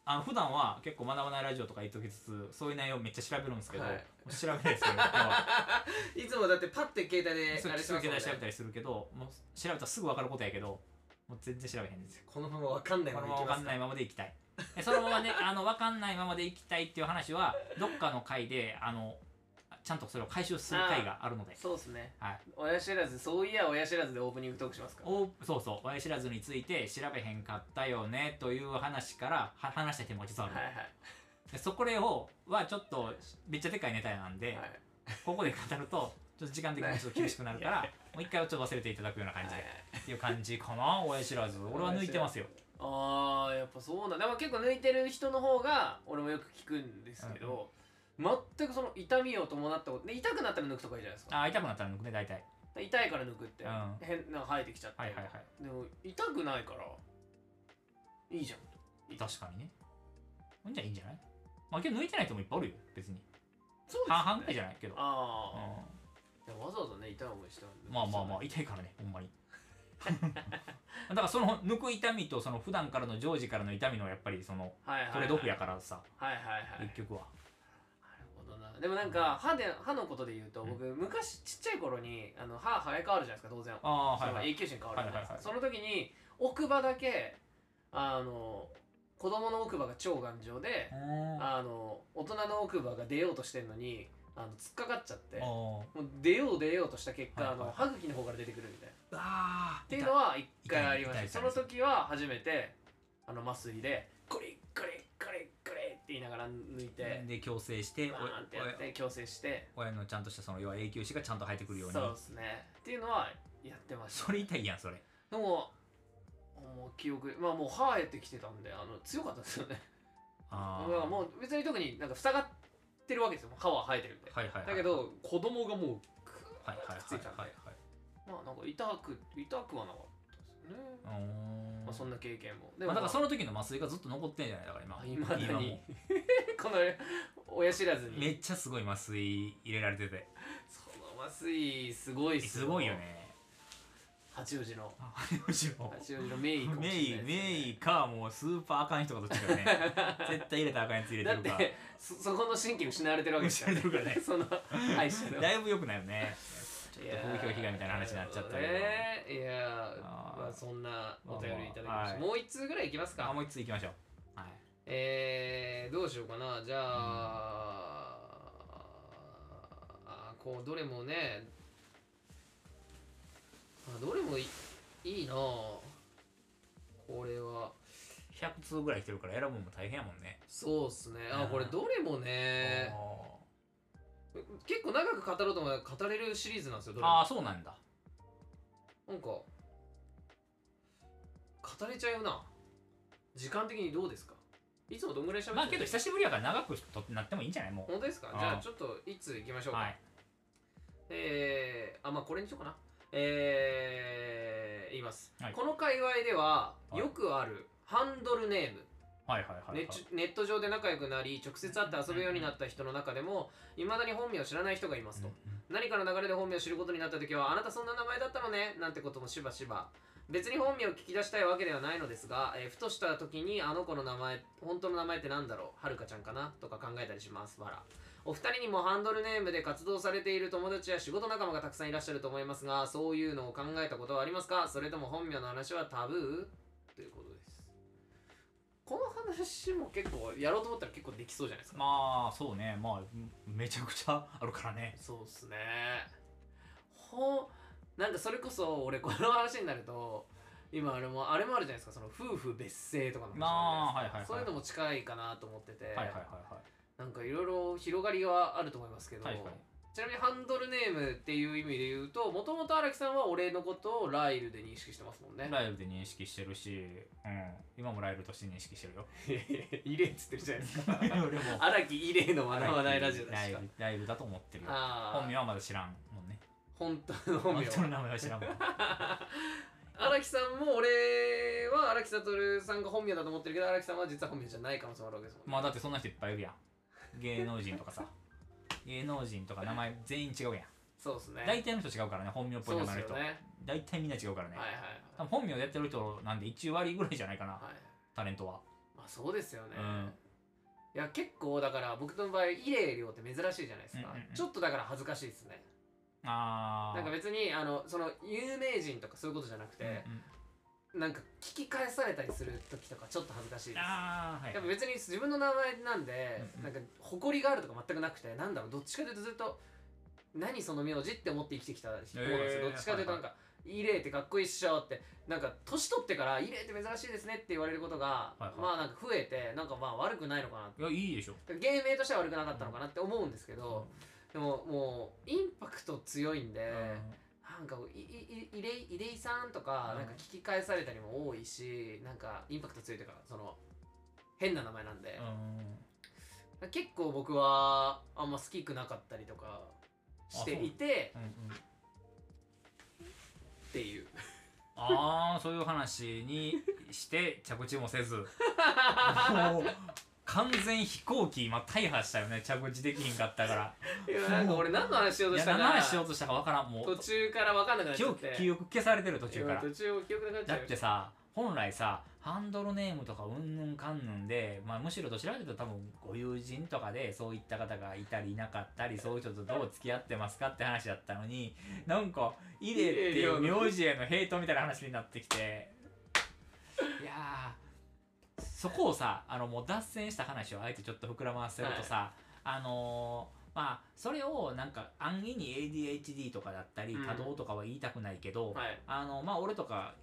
Speaker 2: あの普段は結構学ばないラジオとか言っときつつそういう内容めっちゃ調べるんですけど、
Speaker 1: はい
Speaker 2: もう調べない
Speaker 1: *laughs*
Speaker 2: ですけど今日はい
Speaker 1: つもだってパッて携帯で
Speaker 2: そう
Speaker 1: あれしま
Speaker 2: 続
Speaker 1: す
Speaker 2: け
Speaker 1: もんね
Speaker 2: たり調べたりするけどもう調べたらすぐ分かることやけどもう全然調べへんですよ
Speaker 1: このまま分かんない
Speaker 2: こ
Speaker 1: ま
Speaker 2: の
Speaker 1: ま
Speaker 2: ま
Speaker 1: い
Speaker 2: ま
Speaker 1: きま
Speaker 2: 分か
Speaker 1: す
Speaker 2: ん
Speaker 1: か
Speaker 2: ないままでいきたいでそのまま
Speaker 1: *laughs*
Speaker 2: ねあの分かんないままでいきたいっていう話はどっかの回であのちゃんとそれを解消する回があるので
Speaker 1: そうっすね
Speaker 2: はい
Speaker 1: 親知らずそういや親知らずでオープニングトークしますか
Speaker 2: おそうそう親知らずについて調べへんかったよねという話からは話したテーマが実はあ
Speaker 1: はい
Speaker 2: る、
Speaker 1: は
Speaker 2: でそこれをはちょっとめっちゃでかいネタなんで、
Speaker 1: いはい
Speaker 2: ここで語るとちょっと時間的にちょっと厳しくなるからもう一回はちょっと忘れていただくような感じで、
Speaker 1: はい
Speaker 2: っていう感じかな親知らず俺は抜いてますよ、
Speaker 1: あーやっぱそうなんだでも結構抜いてる人の方が俺もよく聞くんですけど、全くその痛みを伴ったことで痛くなったら抜くとかいいじゃないですか
Speaker 2: あー痛くなったら抜くね大体
Speaker 1: 痛いから抜くって、
Speaker 2: うん
Speaker 1: 変なんか生えてきちゃって、
Speaker 2: はいはいは
Speaker 1: でも痛くないからいいじゃん
Speaker 2: い確かにねほんじゃいいんじゃないまあ今日抜いてない人もいっぱいおるよ別に
Speaker 1: そうですよね
Speaker 2: 半々ぐらいじゃないけど、
Speaker 1: ああ
Speaker 2: う
Speaker 1: いやわざわざね痛い思いした
Speaker 2: んまあまあまあ痛いからねほんまに *laughs* だからその抜く痛みとその普段からの常時からの痛みのやっぱりその
Speaker 1: はいはいはい
Speaker 2: トレードオフやからさ、
Speaker 1: はいはいはい
Speaker 2: 結局は。
Speaker 1: なるほどなでもなんか歯で歯のことで言うと
Speaker 2: うん
Speaker 1: 僕昔ちっちゃい頃にあの歯生え変わるじゃないですか当然、
Speaker 2: ああー
Speaker 1: そ
Speaker 2: はい
Speaker 1: の
Speaker 2: はい。
Speaker 1: 永久歯に変わるじゃないですか、
Speaker 2: はいはいはい
Speaker 1: その時に奥歯だけあの子供の奥歯が超頑丈で、
Speaker 2: あ
Speaker 1: あの大人の奥歯が出ようとしてるのにあの突っかかっちゃって
Speaker 2: ーあ
Speaker 1: もう出よう出ようとした結果、
Speaker 2: はいはいはい
Speaker 1: あの歯茎の方から出てくるみたいな
Speaker 2: ー。あ
Speaker 1: っていうのは一回
Speaker 2: 痛い
Speaker 1: ありまし
Speaker 2: 痛い
Speaker 1: た
Speaker 2: 痛
Speaker 1: そ
Speaker 2: い
Speaker 1: の時は初めてあの麻酔でコリッコリッコリッコリッって言いながら抜いて
Speaker 2: で矯正して
Speaker 1: バーンってやって矯正して
Speaker 2: お親のちゃんとしたその要は永久歯がちゃんと入ってくるように
Speaker 1: そうですねっていうのはやってました
Speaker 2: それ痛いやんそれ
Speaker 1: でももう記憶まあもう歯生えてきてたんであの強かったですよね
Speaker 2: あ
Speaker 1: だ
Speaker 2: ー
Speaker 1: からもう別に特になんか塞がってるわけですよ歯は生えてるんで
Speaker 2: はいはいはい
Speaker 1: だけど子供がもうクーッ
Speaker 2: はいはいはい
Speaker 1: くっついたんで
Speaker 2: はいはい
Speaker 1: まあなんか痛く痛くはなかったですよね、
Speaker 2: うーん
Speaker 1: まあそんな経験もで
Speaker 2: まあ、だからそ
Speaker 1: の
Speaker 2: の時の麻酔がずっと残ってんじゃないだから今
Speaker 1: 今だ
Speaker 2: 今
Speaker 1: に
Speaker 2: も
Speaker 1: *laughs* この親知らずに
Speaker 2: めっちゃすごい麻酔入れられてて
Speaker 1: その麻酔すごいっ
Speaker 2: すごいよね
Speaker 1: 八王子の
Speaker 2: あむしろ
Speaker 1: 八王子の名医かもしれな
Speaker 2: メ
Speaker 1: いです
Speaker 2: イ
Speaker 1: ね
Speaker 2: メイかもうスーパーあかん人かどっちかよね絶対入れたらあかんやつ入れて
Speaker 1: だ
Speaker 2: る
Speaker 1: っ
Speaker 2: か
Speaker 1: てそそこの神経失われてるわけです
Speaker 2: 失われてるからね
Speaker 1: その愛して
Speaker 2: らだいぶ良くないよねちょっと風評被害みたいな話になっちゃったけど、
Speaker 1: ねいやー
Speaker 2: あー
Speaker 1: まあそんなお便りいただき
Speaker 2: まあ
Speaker 1: まし
Speaker 2: まあ
Speaker 1: た
Speaker 2: はい
Speaker 1: もう一通ぐらいいきます
Speaker 2: あ
Speaker 1: か
Speaker 2: もう一ついきましょうはい
Speaker 1: えー、どうしようかなじゃああーこうどれもねあどれもいいいなあこれは
Speaker 2: 100通ぐらい来てるから選ぶのも大変やもんね
Speaker 1: そうっすねあ
Speaker 2: うん
Speaker 1: これどれもね結構長く語ろうと思えば語れるシリーズなんですよどれも
Speaker 2: ああそうなんだ
Speaker 1: なんか語れちゃうな時間的にどうですかいつもどんぐらい喋ってる
Speaker 2: まあけど久しぶりやから長くとなってもいいんじゃないも
Speaker 1: 本当ですか
Speaker 2: あー
Speaker 1: じゃあちょっといつ行きましょ
Speaker 2: う
Speaker 1: うか、
Speaker 2: はい
Speaker 1: えー、あまあこれにしようかなえー、言います、
Speaker 2: はい
Speaker 1: この界隈では
Speaker 2: はい
Speaker 1: よくあるハンドルネーム、
Speaker 2: はいはいはい
Speaker 1: ネ
Speaker 2: は
Speaker 1: ッ
Speaker 2: い
Speaker 1: チネット上で仲良くなり直接会って遊ぶようになった人の中でもいまだに本名を知らない人がいますと、
Speaker 2: うん
Speaker 1: 何かの流れで本名を知ることになった時は「あなたそんな名前だったのね」なんてこともしばしば別に本名を聞き出したいわけではないのですが、えーふとした時に「あの子の名前本当の名前ってなんだろうはるかちゃんかな?」とか考えたりしますわらお二人にもハンドルネームで活動されている友達や仕事仲間がたくさんいらっしゃると思いますがそういうのを考えたことはありますかそれとも本名の話はタブーということですこの話も結構やろうと思ったら結構できそうじゃないですか
Speaker 2: まあそうねまあめちゃくちゃあるからね
Speaker 1: そうっすねほなんかそれこそ俺この話になると今あれもあれもあるじゃないですかその夫婦別姓とかの話もるじゃなですか
Speaker 2: まあはいはいはい
Speaker 1: そういうのも近いかなと思ってて、
Speaker 2: はいはいはい
Speaker 1: なんかいろいろ広がりはあると思いますけど、
Speaker 2: はいはいはい
Speaker 1: ちなみにハンドルネームっていう意味で言うともともと荒木さんは俺のことをライルで認識してますもんね
Speaker 2: ライブで認識してるし、うん、今もライブとして認識してるよ
Speaker 1: *laughs* イレっつってるじゃないですか
Speaker 2: 俺も
Speaker 1: 荒木イレの笑わないラジオだ
Speaker 2: ラ
Speaker 1: し
Speaker 2: イ
Speaker 1: か
Speaker 2: ブライブだと思ってるよ
Speaker 1: あ
Speaker 2: 本
Speaker 1: ー
Speaker 2: 名はまだ知らんもんね
Speaker 1: 本当の本名
Speaker 2: 本
Speaker 1: は
Speaker 2: 当の名前は知らんもん
Speaker 1: *laughs* 荒木さんも俺は荒木悟さんが本名だと思ってるけど荒木さんは実は本名じゃない可能性もあるわけですもんね
Speaker 2: まあだってそんな人いっぱいいるやん芸能人とかさ芸能人とか名前全員違うやん
Speaker 1: そうですね
Speaker 2: 大体の人違うからね本名っぽ
Speaker 1: そ
Speaker 2: い
Speaker 1: う
Speaker 2: 名
Speaker 1: で
Speaker 2: 前
Speaker 1: す
Speaker 2: の
Speaker 1: よ
Speaker 2: 人、
Speaker 1: ね
Speaker 2: 大体みんな違うからね、
Speaker 1: はいはい
Speaker 2: 多分本名でやってる人なんで1割ぐらいじゃないかな、
Speaker 1: はい、はい、
Speaker 2: タレントは、
Speaker 1: まあそうですよね、
Speaker 2: うん
Speaker 1: いや結構だから僕の場合イレイリョウって珍しいじゃないですか、
Speaker 2: うんうんうん
Speaker 1: ちょっとだから恥ずかしいですね
Speaker 2: あー
Speaker 1: なんか別にあのその有名人とかそういうことじゃなくて、
Speaker 2: うんうん
Speaker 1: なんか聞き返されたりする時とかちょっと恥ずかしいです
Speaker 2: あーはい
Speaker 1: やっぱ別に自分の名前なんで、
Speaker 2: うん
Speaker 1: なんか誇りがあるとか全くなくてなんだろうどっちかというとずっと何その名字って思って生きてきた人なんですよ、
Speaker 2: へー
Speaker 1: どっちかというとなんか、イレイってかっこいいっしょってなんか年取ってからイレイって珍しいですねって言われることが、
Speaker 2: いはい
Speaker 1: まあなんか増えてなんかまあ悪くないのかなって
Speaker 2: いやいいでしょ
Speaker 1: 芸名としては悪くなかったのかなって思うんですけど、でももうインパクト強いんで、なんかいいいイレイイレイさんとか
Speaker 2: うん
Speaker 1: なんか聞き返されたりも多いし、なんかインパクト強いというかその変な名前なんで
Speaker 2: う、んうん
Speaker 1: 結構僕はあんま好きくなかったりとかしていて
Speaker 2: うんうん
Speaker 1: っていう *laughs*
Speaker 2: ああそういう話にして着地もせずもう語完全飛行機今大破したよね着地できひんかったから
Speaker 1: いやなんか俺何の話しよう
Speaker 2: い
Speaker 1: とした
Speaker 2: や何
Speaker 1: か
Speaker 2: の話しようとしたかわからんも
Speaker 1: 途
Speaker 2: う
Speaker 1: 中から分かんなくなっち
Speaker 2: 記
Speaker 1: ゃっ
Speaker 2: 憶
Speaker 1: て
Speaker 2: 記憶消されてる途中から
Speaker 1: 途中記憶なくなっち
Speaker 2: だ
Speaker 1: ゃ
Speaker 2: っ
Speaker 1: う
Speaker 2: てさ本来さハンドルネームとかうんぬんかんぬんで、まあ、むしろどちらかというと多分ご友人とかでそういった方がいたりいなかったりそういう人とどう付き合ってますかって話だったのになんか「イレ」っていう名字へのヘイトみたいな話になってきていやーそこをさあのもう脱線した話をあえてちょっと膨らませるとさ、あのーまあ、それをなんか安易に ADHD とかだったり
Speaker 1: うん
Speaker 2: 多動とかは言いたくないけど、
Speaker 1: はい
Speaker 2: あのまあ俺とか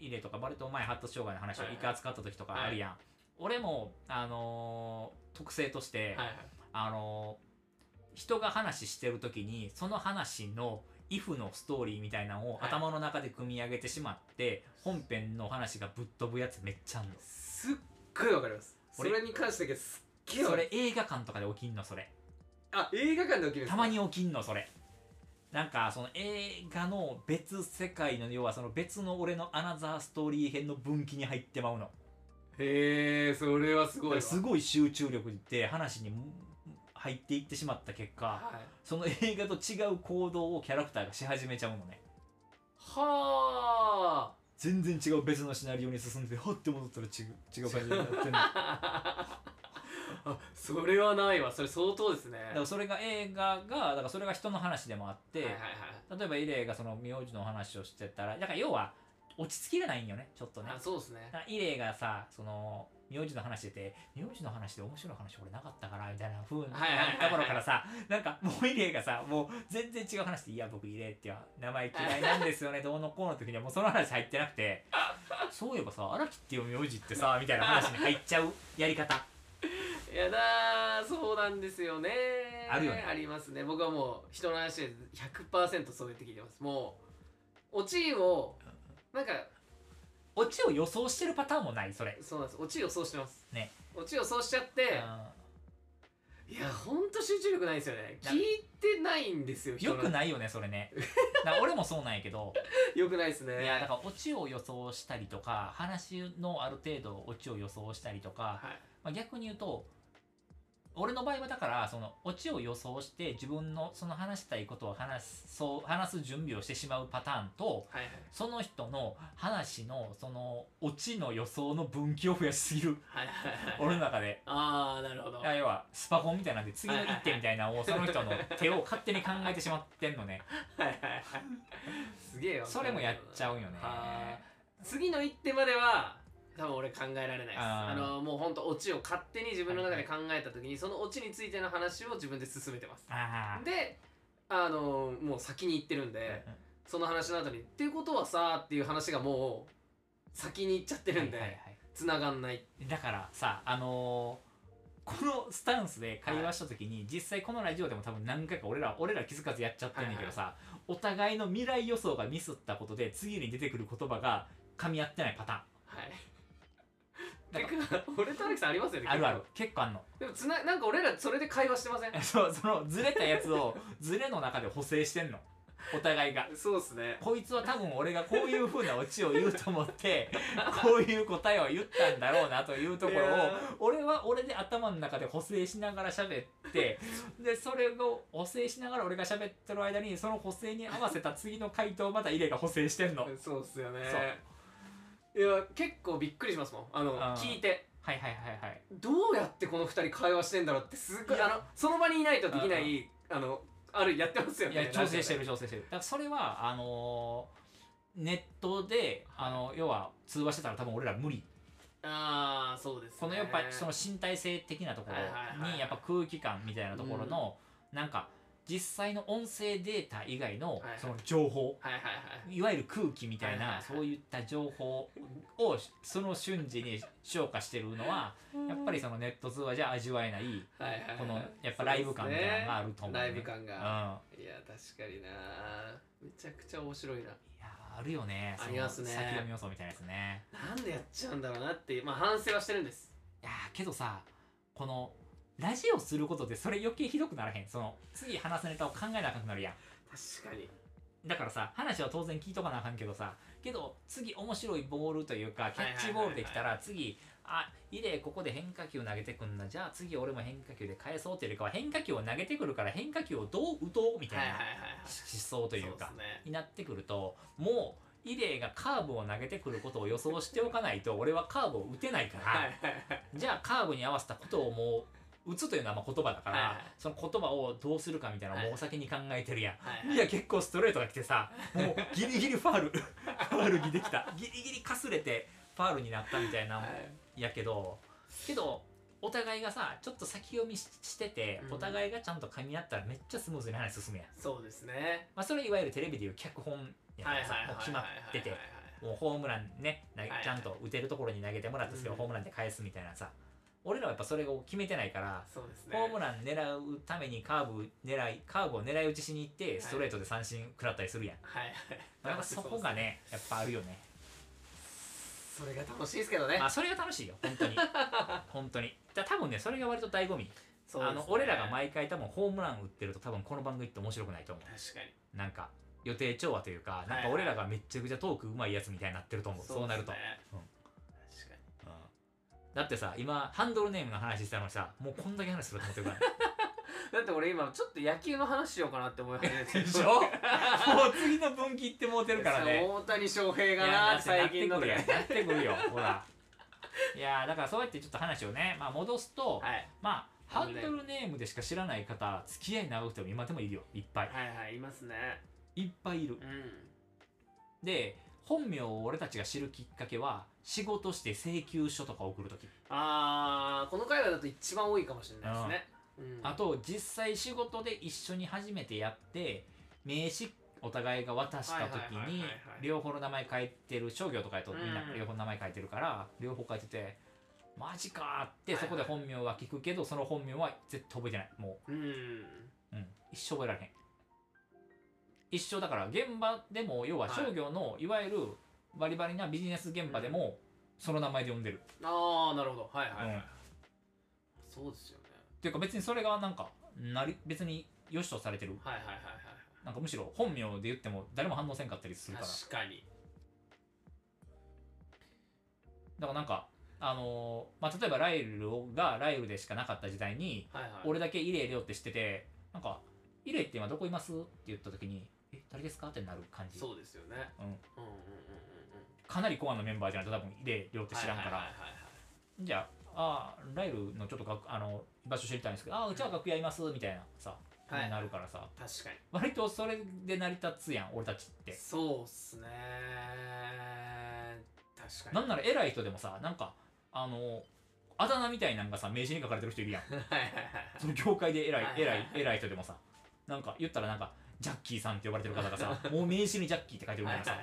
Speaker 2: イレとかバルト前発達障害の話を
Speaker 1: はい
Speaker 2: 一回扱った時とかあるやん、俺もあのー特性として、
Speaker 1: はいはい
Speaker 2: あのー人が話してる時にその話の if のストーリーみたいなのを
Speaker 1: はい
Speaker 2: 頭の中で組み上げてしまって、本編の話がぶっ飛ぶやつめっちゃあんの
Speaker 1: すっごい分かりますそ
Speaker 2: 俺
Speaker 1: れに関してだけすっげえわ
Speaker 2: そ
Speaker 1: かる
Speaker 2: れ映画館とかで起きんのそれ
Speaker 1: あ映画館で起きるんです
Speaker 2: た
Speaker 1: か
Speaker 2: まに起きんのそれなんかその映画の別世界の要はその別の俺のアナザーストーリー編の分岐に入ってまうの
Speaker 1: へえそれはすごいわ
Speaker 2: すごい集中力で話に入っていってしまった結果
Speaker 1: はい
Speaker 2: その映画と違う行動をキャラクターがし始めちゃうのね
Speaker 1: は
Speaker 2: 全然違う別のシナリオに進んではって戻ったら違う違う感じになってる *laughs* だ
Speaker 1: あ *laughs* あそれはないわそれ相当ですね
Speaker 2: からそれが映画がだからそれが人の話でもあって、
Speaker 1: はいはい
Speaker 2: 例えばイレイがその名字の話をしてたらだから要は落ち着きがないんよねちょっとね
Speaker 1: はいあそうですね
Speaker 2: だからイレイがさその名字の話してて名字の話で面白い話俺なかったからみたいなふうな
Speaker 1: はいはいはいはい
Speaker 2: ところからさなんかもうイレイがさもう全然違う話で「いや僕イレイって名前嫌いなんです
Speaker 1: *laughs*
Speaker 2: よねどうのこうの」時にはもうその話入ってなくて「そういえばさ荒木っていう名字ってさ」みたいな話に入っちゃうやり方
Speaker 1: いやだーそうなんですよね
Speaker 2: あるよね
Speaker 1: ありますね僕はもう人の話で100%そうやって聞いてますもうオチをなんか
Speaker 2: オチを予想してるパターンもないそれ
Speaker 1: そうなんですオチ予想してます
Speaker 2: ね
Speaker 1: オチ予想しちゃっていやほんと集中力ないんですよね
Speaker 2: な
Speaker 1: 聞いてないんですよ
Speaker 2: よく
Speaker 1: い
Speaker 2: ないよねそれねだから俺もそうなんやけ
Speaker 1: *laughs*
Speaker 2: ど
Speaker 1: よくないですね
Speaker 2: いやだからオチを予想したりとか話のある程度オチを予想したりとか、
Speaker 1: はい
Speaker 2: まあ、逆に言うと俺の場合はだからそのオチを予想して自分のその話したいことを話すそう話す準備をしてしまうパターンと
Speaker 1: はいはい
Speaker 2: その人の話のそのオチの予想の分岐を増やしすぎる
Speaker 1: はいはいはい
Speaker 2: 俺の中で。
Speaker 1: ああなるほど
Speaker 2: いや要はスパコンみたいなんで次の一手みた
Speaker 1: *laughs*
Speaker 2: いなのをその人の手を勝手に考えてしまってんのね
Speaker 1: はいはいはいすげえわ
Speaker 2: それもやっちゃうよね
Speaker 1: は次の一手までは多分俺考えられないです
Speaker 2: あー
Speaker 1: あのもうほんとオチを勝手に自分の中で考えた時にそのオチについての話を自分で進めてます
Speaker 2: あ
Speaker 1: であのもう先に行ってるんで、
Speaker 2: あ
Speaker 1: その話の後に「っていうことはさ」っていう話がもう先に行っちゃってるんで、
Speaker 2: はいはいはい
Speaker 1: 繋がんない
Speaker 2: だからさあのーこのスタンスで会話した時に、実際このラジオでも多分何回か俺ら俺ら気づかずやっちゃってんねんけどさ、お互いの未来予想がミスったことで次に出てくる言葉が噛み合ってないパタ
Speaker 1: はい
Speaker 2: だ
Speaker 1: て
Speaker 2: か
Speaker 1: か俺と荒木さんありますよ
Speaker 2: ー
Speaker 1: ね
Speaker 2: ンあるある結構あんの *laughs*
Speaker 1: でもつななんか俺らそれで会話してません
Speaker 2: そうそのずれたやつをずれの中で補正してんのお互いが
Speaker 1: そうっすね
Speaker 2: こいつは多分俺がこういう風なオチを言うと思 *laughs* ってこういう答えを言ったんだろうなというところを
Speaker 1: いや
Speaker 2: 俺は俺で頭の中で補正しながら喋ってでそれを補正しながら俺が喋ってる間にその補正に合わせた次の回答をまたイレが補正してんの *laughs* はい
Speaker 1: ーそうっすよねいや結構びっくりしますもんあの
Speaker 2: あー
Speaker 1: 聞いて
Speaker 2: はいはいはい
Speaker 1: どうやってこの二人会話してんだろうってすごい
Speaker 2: いや
Speaker 1: あのその場にいないとできないあのあるやってますよ
Speaker 2: い
Speaker 1: ね
Speaker 2: や調整して
Speaker 1: ラ
Speaker 2: る調整してるだからそれはあのーネットであの要は通話してたら多分俺ら無理
Speaker 1: ジオでああそうです、ね、
Speaker 2: このやっぱその身体性的なところ
Speaker 1: はいはいは
Speaker 2: に
Speaker 1: い
Speaker 2: やっぱ空気感みたいなところのなんか実際の音声データ以外の
Speaker 1: はいはい
Speaker 2: その情報
Speaker 1: はいはい
Speaker 2: いわゆる空気みたい
Speaker 1: はいはい
Speaker 2: な
Speaker 1: はい
Speaker 2: そういった情報をその瞬時に消化してるの
Speaker 1: は
Speaker 2: は
Speaker 1: い
Speaker 2: やっぱりそのネット通話じゃ味わえない
Speaker 1: はいはいはい
Speaker 2: このやっぱライブ感みたいなのがあると思
Speaker 1: そうで
Speaker 2: うね
Speaker 1: すねライブ感
Speaker 2: うんい
Speaker 1: が、
Speaker 2: や
Speaker 1: いや確かになめちゃくちゃ面白いな
Speaker 2: あるよね
Speaker 1: ありますね
Speaker 2: その先読み予想みたいなやつね
Speaker 1: なんでやっちゃうんだろうなっていうまあ反省はしてるんです
Speaker 2: いやーけどさこのラジオすることでそれ余計ひどくならへんその次話すネタを考えなあかんくなるやん
Speaker 1: 確かに
Speaker 2: だからさ話は当然聞いとかなあかんけどさけど次面白いボールというかキャッチボールできたら次あイレイここで変化球投げてくんなじゃあ次俺も変化球で返そうというよりかは変化球を投げてくるから変化球をどう打とうみたい
Speaker 1: はいはい
Speaker 2: な思想
Speaker 1: は
Speaker 2: と
Speaker 1: いい。そううで
Speaker 2: か
Speaker 1: すね。
Speaker 2: になってくるともうイレイがカーブを投げてくることを予想しておかないと俺はカーブを打てないから、
Speaker 1: はいはいはい。
Speaker 2: じゃあカーブに合わせたことをもう打つというのはまあ言葉だから、
Speaker 1: はいはい
Speaker 2: その言葉をどうするかみたいなのを
Speaker 1: はい
Speaker 2: もう先に考えてるやん。
Speaker 1: はい
Speaker 2: いや結構ストレートが来て
Speaker 1: *laughs*
Speaker 2: さもうギリギリファール *laughs* ファールにできたギリギリかすれてファールになったみたいな
Speaker 1: は
Speaker 2: も
Speaker 1: い
Speaker 2: んやけどけどお互いがさちょっと先読みししてて
Speaker 1: うん
Speaker 2: お互いがちゃんと噛み合ったらめっちゃスムーズに話進むやん、
Speaker 1: そうですね。
Speaker 2: まあ、それいわゆるテレビでいう脚本やか
Speaker 1: はいは
Speaker 2: ら
Speaker 1: い
Speaker 2: さ
Speaker 1: はいはい
Speaker 2: もう決まってて
Speaker 1: はい
Speaker 2: もうホームランね投げ
Speaker 1: はいはい
Speaker 2: ちゃんと打てるところに投げてもらったんですけど、
Speaker 1: うん
Speaker 2: ホームランで返すみたいなさ俺らはやっぱそれを決めてないから
Speaker 1: そうですね。
Speaker 2: ホームラン狙うためにカーブ狙いカーブを狙い撃ちしに行っ
Speaker 1: い
Speaker 2: てストレートで三振食らったりするやん、
Speaker 1: はいはい。
Speaker 2: なんかそこがねやっぱあるよね、
Speaker 1: そうですね。それが楽しいですけどね
Speaker 2: まあ、。それが楽しいよ本当
Speaker 1: *laughs*
Speaker 2: に本当にだ多分ねそれが割と醍醐味、
Speaker 1: そうです
Speaker 2: あ
Speaker 1: ね
Speaker 2: の俺らが毎回多分ホームラン打ってると多分この番組って面白くないと思
Speaker 1: 確かに。
Speaker 2: うなんか予定調和というか
Speaker 1: は
Speaker 2: なん
Speaker 1: い
Speaker 2: か
Speaker 1: はい
Speaker 2: 俺らがめっちゃくちゃトークうまいやつみたいになってると思う、そうなると、うん
Speaker 1: ですね。
Speaker 2: うんだってさ今ハンドルネームの話してたのにさもうこんだけ話すると思ってるから
Speaker 1: 確かに。だって俺今ちょっと野球の話しようかなって思い始め
Speaker 2: *laughs*
Speaker 1: てる
Speaker 2: でしょもう次の分岐ってもうてるからね
Speaker 1: 大谷翔平
Speaker 2: い
Speaker 1: が
Speaker 2: や
Speaker 1: な最近の
Speaker 2: な
Speaker 1: と
Speaker 2: っ
Speaker 1: かね
Speaker 2: てくるよなってくるよほらいやーだからそうやってちょっと話をね、まあ、戻すと、
Speaker 1: はい
Speaker 2: まあハンドルネームでしか知らない方付き合い長くても今でもいるよいっぱい
Speaker 1: はいはいいますね
Speaker 2: いっぱいいる
Speaker 1: うん
Speaker 2: で本名を俺たちが知るきっかけは仕事して請求書とか送るとき、
Speaker 1: あーこの回話だと一番多いかもしれないですねうん
Speaker 2: あと実際仕事で一緒に初めてやって名刺お互いが渡したとき
Speaker 1: はいはいはい
Speaker 2: に
Speaker 1: はいはい
Speaker 2: 両方の名前書いてる商業とかやとみんな
Speaker 1: うん
Speaker 2: 両方の名前書いてるから両方書いててマジかーってそこで本名は聞くけどその本名は絶対覚えてないも
Speaker 1: うん
Speaker 2: う、うん、一生覚えられへん一生だから現場でも要は商業のいわゆるバリバリなビジネス現場でもその名前で呼んでる
Speaker 1: ああなるほどはいはいは
Speaker 2: うん
Speaker 1: いそうですよね
Speaker 2: っていうか別にそれがなんかなり別に良しとされてる
Speaker 1: はいはいはい
Speaker 2: なんかむしろ本名で言っても誰も反応せんかったりする
Speaker 1: は
Speaker 2: か
Speaker 1: い
Speaker 2: ら
Speaker 1: 確かに
Speaker 2: だからなんかあのーまあ、例えばライルがライルでしかなかった時代に
Speaker 1: はいはい
Speaker 2: 俺だけイレイレオって知っててなんか「イレイって今どこいます?」って言った時に「え誰ですか?」ってなる感じ
Speaker 1: そうですよね
Speaker 2: うん
Speaker 1: うんうんうんうん
Speaker 2: かなりコアのメンバーじゃないと多分イレイレオって知らんから、
Speaker 1: はいはいはいはい
Speaker 2: じゃああーライルのちょっと楽あの居場所知りたいんですけど「ああうちは楽屋います」みたいなさ、
Speaker 1: はい
Speaker 2: なるからさ
Speaker 1: 確か
Speaker 2: 割とそれで成り立つやん俺たちっ
Speaker 1: に
Speaker 2: て
Speaker 1: そうっすね確かに
Speaker 2: なんなら偉い人でもさなんかあのあだ名みたいなんかさ名刺に書かれてる人い
Speaker 1: *laughs*
Speaker 2: るやん
Speaker 1: はいはいはいはい
Speaker 2: その業界で偉い
Speaker 1: はい
Speaker 2: 偉い偉い人でもさなんか言ったらなんかジャッキーさんって呼ばれてる方が
Speaker 1: *laughs*
Speaker 2: さもう名刺にジャッキーって書いてるみたいなさ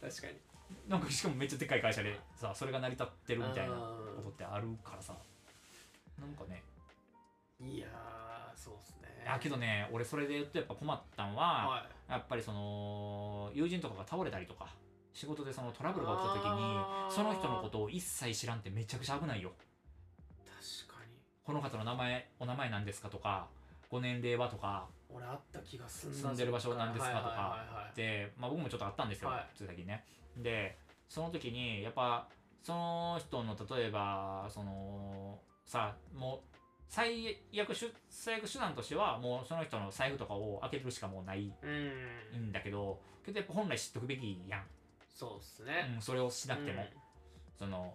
Speaker 1: 確かに
Speaker 2: なんかしかもめっちゃでっかい会社でさそれが成り立ってるみたいなこ
Speaker 1: う
Speaker 2: とってあるからさなんかね
Speaker 1: んいやーそうっすね
Speaker 2: あけどね俺それで言うとやっぱ困ったんは
Speaker 1: はい
Speaker 2: やっぱりその友人とかが倒れたりとか仕事でそのトラブルが起きた時に
Speaker 1: あー
Speaker 2: その人のことを一切知らんってめちゃくちゃ危ないよ
Speaker 1: 確かに
Speaker 2: この方の名前お名前なんですかとかご年齢はとか
Speaker 1: 俺あった気がする
Speaker 2: 住んでる場所なんですかとか
Speaker 1: か
Speaker 2: で、まあ、僕もちょっとあったんですよ、
Speaker 1: はい
Speaker 2: つい先にね。で、その時に、やっぱ、その人の、例えば、その、さ、もう、最悪手、最悪手段としては、もうその人の財布とかを開けるしかもうない
Speaker 1: うん
Speaker 2: んだけど、けどやっぱ本来知っておくべきやん。
Speaker 1: そうっすね
Speaker 2: うん、それをしなくても、
Speaker 1: うん
Speaker 2: その、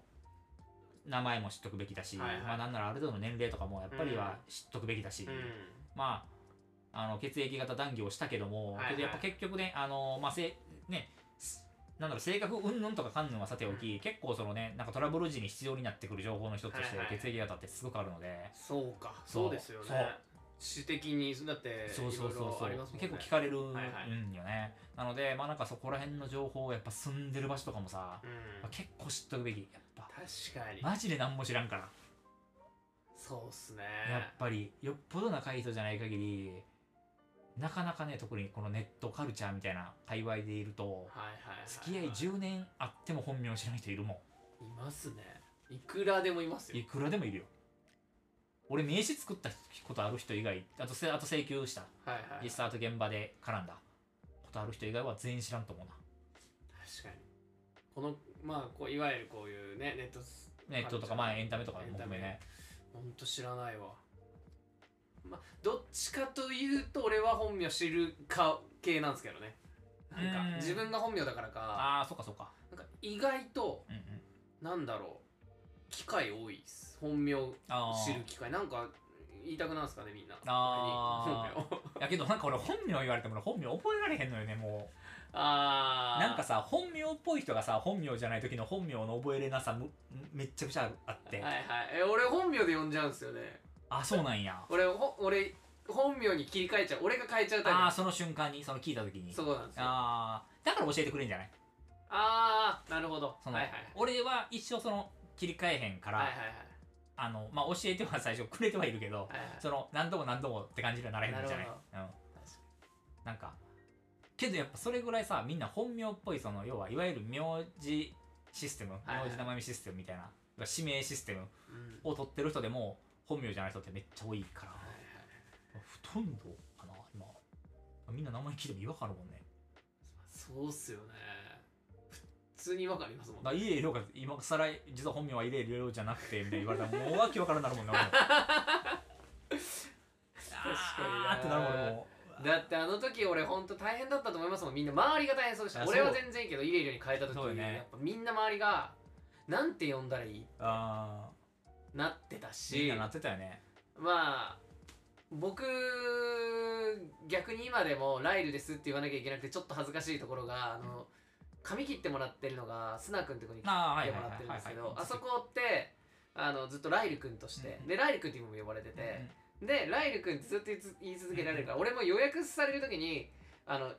Speaker 2: 名前も知っておくべきだし、
Speaker 1: はいはい
Speaker 2: まあなんならある程度の年齢とかもやっぱりは知っておくべきだし、まあ、あの血液型談義をしたけども、
Speaker 1: はいはい
Speaker 2: けどやっぱ結局ね、あのまあせねすなんだろう性格うんぬんとかかんぬんはさておき、結構そのねなんかトラブル時に必要になってくる情報の一つとして、
Speaker 1: はいはい
Speaker 2: 血液型ってすごくあるので、
Speaker 1: そうか
Speaker 2: そう
Speaker 1: そうですよ
Speaker 2: そ
Speaker 1: ね
Speaker 2: う
Speaker 1: 知的にだって
Speaker 2: そうそうそ
Speaker 1: いろ
Speaker 2: う
Speaker 1: いろ
Speaker 2: そう、
Speaker 1: ありますもんね
Speaker 2: 結構聞かれるんよ
Speaker 1: は
Speaker 2: ね
Speaker 1: い、はい
Speaker 2: なのでまあなんかそこら辺の情報をやっぱ住んでる場所とかもさ、
Speaker 1: うん
Speaker 2: まあ結構知っとくべきやっぱ
Speaker 1: 確かに
Speaker 2: マジで何も知らんから。
Speaker 1: そうっすね
Speaker 2: やっぱりよっぽど仲いい人じゃない限りなかなかね特にこのネットカルチャーみたいな界隈でいると
Speaker 1: はいはいはいはい
Speaker 2: 付き合い10年あっても本名を知らない人いるも
Speaker 1: いますねいくらでもいます
Speaker 2: んい
Speaker 1: よ
Speaker 2: くらでもいるよ俺名刺作ったことある人以外あとせあと請求した
Speaker 1: はいはい
Speaker 2: 実際あと現場で絡んだことある人以外は全員知らんと思う
Speaker 1: 確かにこのまあこういわゆるこういうねネットス
Speaker 2: なネットとかまあエンタメとかも含め
Speaker 1: エンタメ
Speaker 2: ね
Speaker 1: ほんと知らないわまあどっちかというと俺は本名知るか系なんですけどねなん
Speaker 2: うん
Speaker 1: か自分が本名だからか
Speaker 2: ああーそっかそっか
Speaker 1: なんか意外と
Speaker 2: うんうん
Speaker 1: なんだろう機会多いっす本名
Speaker 2: あー
Speaker 1: 知る機会なんか言いたくなんすかねみんな
Speaker 2: あー
Speaker 1: 本名を
Speaker 2: いやけどなんか俺本名言われても俺本名覚えられへんのよねも
Speaker 1: あ
Speaker 2: う
Speaker 1: ー
Speaker 2: なんかさ本名っぽい人がさ本名じゃない時の本名の覚えれなさむめっちゃくちゃあって、
Speaker 1: はいはいえ俺本名で呼んじゃうんすよね
Speaker 2: あそうなんや
Speaker 1: 俺ほ俺本名に切り替えちゃう俺が変えちゃうタイプ
Speaker 2: あ
Speaker 1: なん
Speaker 2: あ
Speaker 1: で
Speaker 2: その瞬間にその聞いた時に
Speaker 1: すそうなんですよあ
Speaker 2: ああだから教えてくれんじゃない
Speaker 1: あーなるほど
Speaker 2: そ
Speaker 1: はい
Speaker 2: の、
Speaker 1: はいはい
Speaker 2: 俺は一生その切り替えへんから、
Speaker 1: はいはい
Speaker 2: あのまあ教えては最初くれてはいるけど、
Speaker 1: はいはいはい
Speaker 2: その何度も何度もって感じにはならへんじゃな
Speaker 1: ないるほ
Speaker 2: うん、なんかけどやっぱそれぐらいさみんな本名っぽいその要はいわゆる名字システム
Speaker 1: いはい
Speaker 2: 名字名前システムみたいな指名システム
Speaker 1: うん
Speaker 2: を取ってる人でも本名じゃない人ってめっちゃ多いから
Speaker 1: はいはい
Speaker 2: ほとんどかな今みんな名前聞いても違和感あるもんね
Speaker 1: そうっすよね普通にわかりますもん
Speaker 2: だから入江亮が今更実は本名は入江亮じゃなくてみたいな言われたらもうわけわからんなるもんな俺もあーってなるもん俺も
Speaker 1: だってあの時俺ほんと大変だったと思いますもんみんな周りが大変そうでし
Speaker 2: あ
Speaker 1: た
Speaker 2: そう
Speaker 1: 俺は全然いいけどイレイレに変えた時
Speaker 2: そうよ
Speaker 1: に、
Speaker 2: ね
Speaker 1: やっぱみんな周りがなんて呼んだらいい
Speaker 2: あ
Speaker 1: なってた
Speaker 2: ーみ
Speaker 1: し
Speaker 2: んななってたよね
Speaker 1: まあ僕逆に今でも「ライルです」って言わなきゃいけなくてちょっと恥ずかしいところがあの髪切ってもらってるのがスナ君って子に切っ
Speaker 2: ああはい
Speaker 1: て
Speaker 2: はい
Speaker 1: も
Speaker 2: は
Speaker 1: ら
Speaker 2: い
Speaker 1: ってるんですけ
Speaker 2: はい
Speaker 1: ど
Speaker 2: はい
Speaker 1: あそこってあのずっとライル君とし
Speaker 2: う
Speaker 1: て
Speaker 2: んうん
Speaker 1: でライル君って今も呼ばれて
Speaker 2: うんうん
Speaker 1: てでライル君ってずっと言いつ言い続けられるから俺も予約される時にあの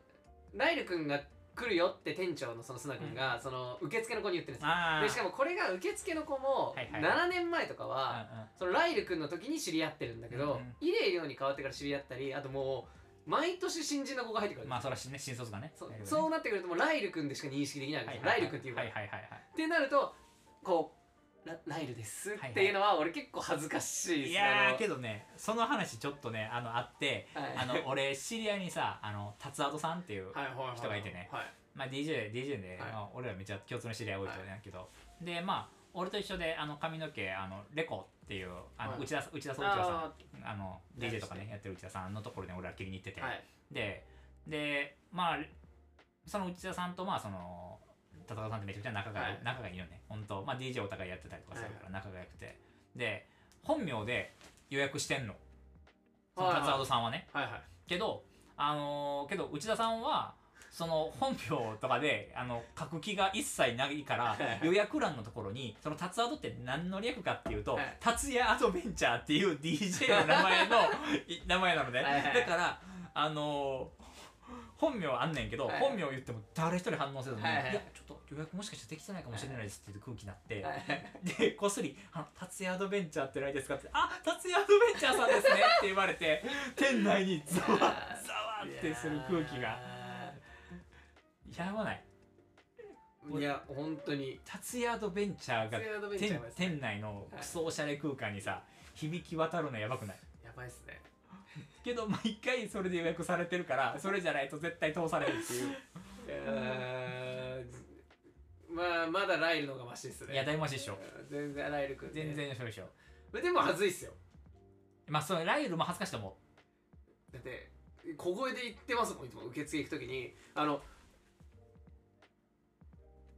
Speaker 1: ライル君が来るよって店長のそのスナ君がその受付の子に言ってるんですよ
Speaker 2: ああ
Speaker 1: でしかもこれが受付の子も
Speaker 2: はいはいは
Speaker 1: 7
Speaker 2: い
Speaker 1: 年前とかはそのライル君の時に知り合ってるんだけ
Speaker 2: う
Speaker 1: ど
Speaker 2: ん、
Speaker 1: イレイリョウに変わってから知り合ったりあともう毎年新人の子が入ってく
Speaker 2: うん
Speaker 1: る
Speaker 2: まあそれはね新卒がね
Speaker 1: そう
Speaker 2: だけどね
Speaker 1: そうなってくるともうライル君でしか認識できないわけですよ、ライル君っていうか
Speaker 2: は
Speaker 1: ら、
Speaker 2: いはいはいはい
Speaker 1: ってなるとこうラライルですっていうのは俺結構恥ずかしいですね
Speaker 2: いや
Speaker 1: あ
Speaker 2: ー
Speaker 1: の
Speaker 2: けどねその話ちょっとねあのあって
Speaker 1: はい
Speaker 2: あの俺知り合いにさあの達人さんっていう、
Speaker 1: はいはいはいはい
Speaker 2: 人がいてね
Speaker 1: はい
Speaker 2: まあ DJ, DJ で、
Speaker 1: はい
Speaker 2: まあ、俺らめっちゃ共通の知り合い多い人なんだけど、でまあ俺と一緒であの髪の毛あのレコっていうあの、
Speaker 1: はい
Speaker 2: 内田さん内田さん内田さん
Speaker 1: あ
Speaker 2: あの DJ とかねやってる内田さんのところで俺ら切りに行ってて、
Speaker 1: ーはい
Speaker 2: ででまあその内田さんとまあその田中さんってめちゃくちゃ仲が,、
Speaker 1: はい
Speaker 2: 仲がいいよね本当まあ DJ お互いやってたりとかするから仲が良くて、で本名で予約してんの
Speaker 1: はいはい
Speaker 2: その達人さんはね
Speaker 1: はいはい
Speaker 2: けどあのーけど内田さんはその本名とかであの書く気が一切ないから
Speaker 1: はい
Speaker 2: 予約欄のところにその達アドって何の略かっていうと、
Speaker 1: はい
Speaker 2: 達也アドベンチャーっていう DJ の名前のい名前なので、
Speaker 1: はいはい
Speaker 2: だからあのー本名あんねんけど、
Speaker 1: はい
Speaker 2: 本名言っても誰一人反応せずに、
Speaker 1: はいいはい
Speaker 2: やちょっと予約もしかしてできてないかもしれないですっていう空気になって、
Speaker 1: はい
Speaker 2: でこっそり「あの達也アドベンチャーってないですか?」って「あ達也アドベンチャーさんですね」って言われて店内にざわざわってする空気がやばない
Speaker 1: いや本当に
Speaker 2: 達也アドベンチャーが
Speaker 1: ツイアドベンチャー
Speaker 2: 店
Speaker 1: やばいっすね
Speaker 2: 店内のクソおしゃれ空間にさ響き渡るのやばくない
Speaker 1: やばいっすね
Speaker 2: けど毎回それで予約されてるからそれじゃないと絶対通されるってい
Speaker 1: *laughs*
Speaker 2: う
Speaker 1: いやーまあまだライルの方がマシですね
Speaker 2: いやだいぶマシっしょ
Speaker 1: 全然ライルくんで
Speaker 2: 全然そうでしょ
Speaker 1: でも恥ずいっすよ
Speaker 2: まあそのライルも恥ずかしいと思
Speaker 1: だって小声で言ってますもんいつも受付行く時にあの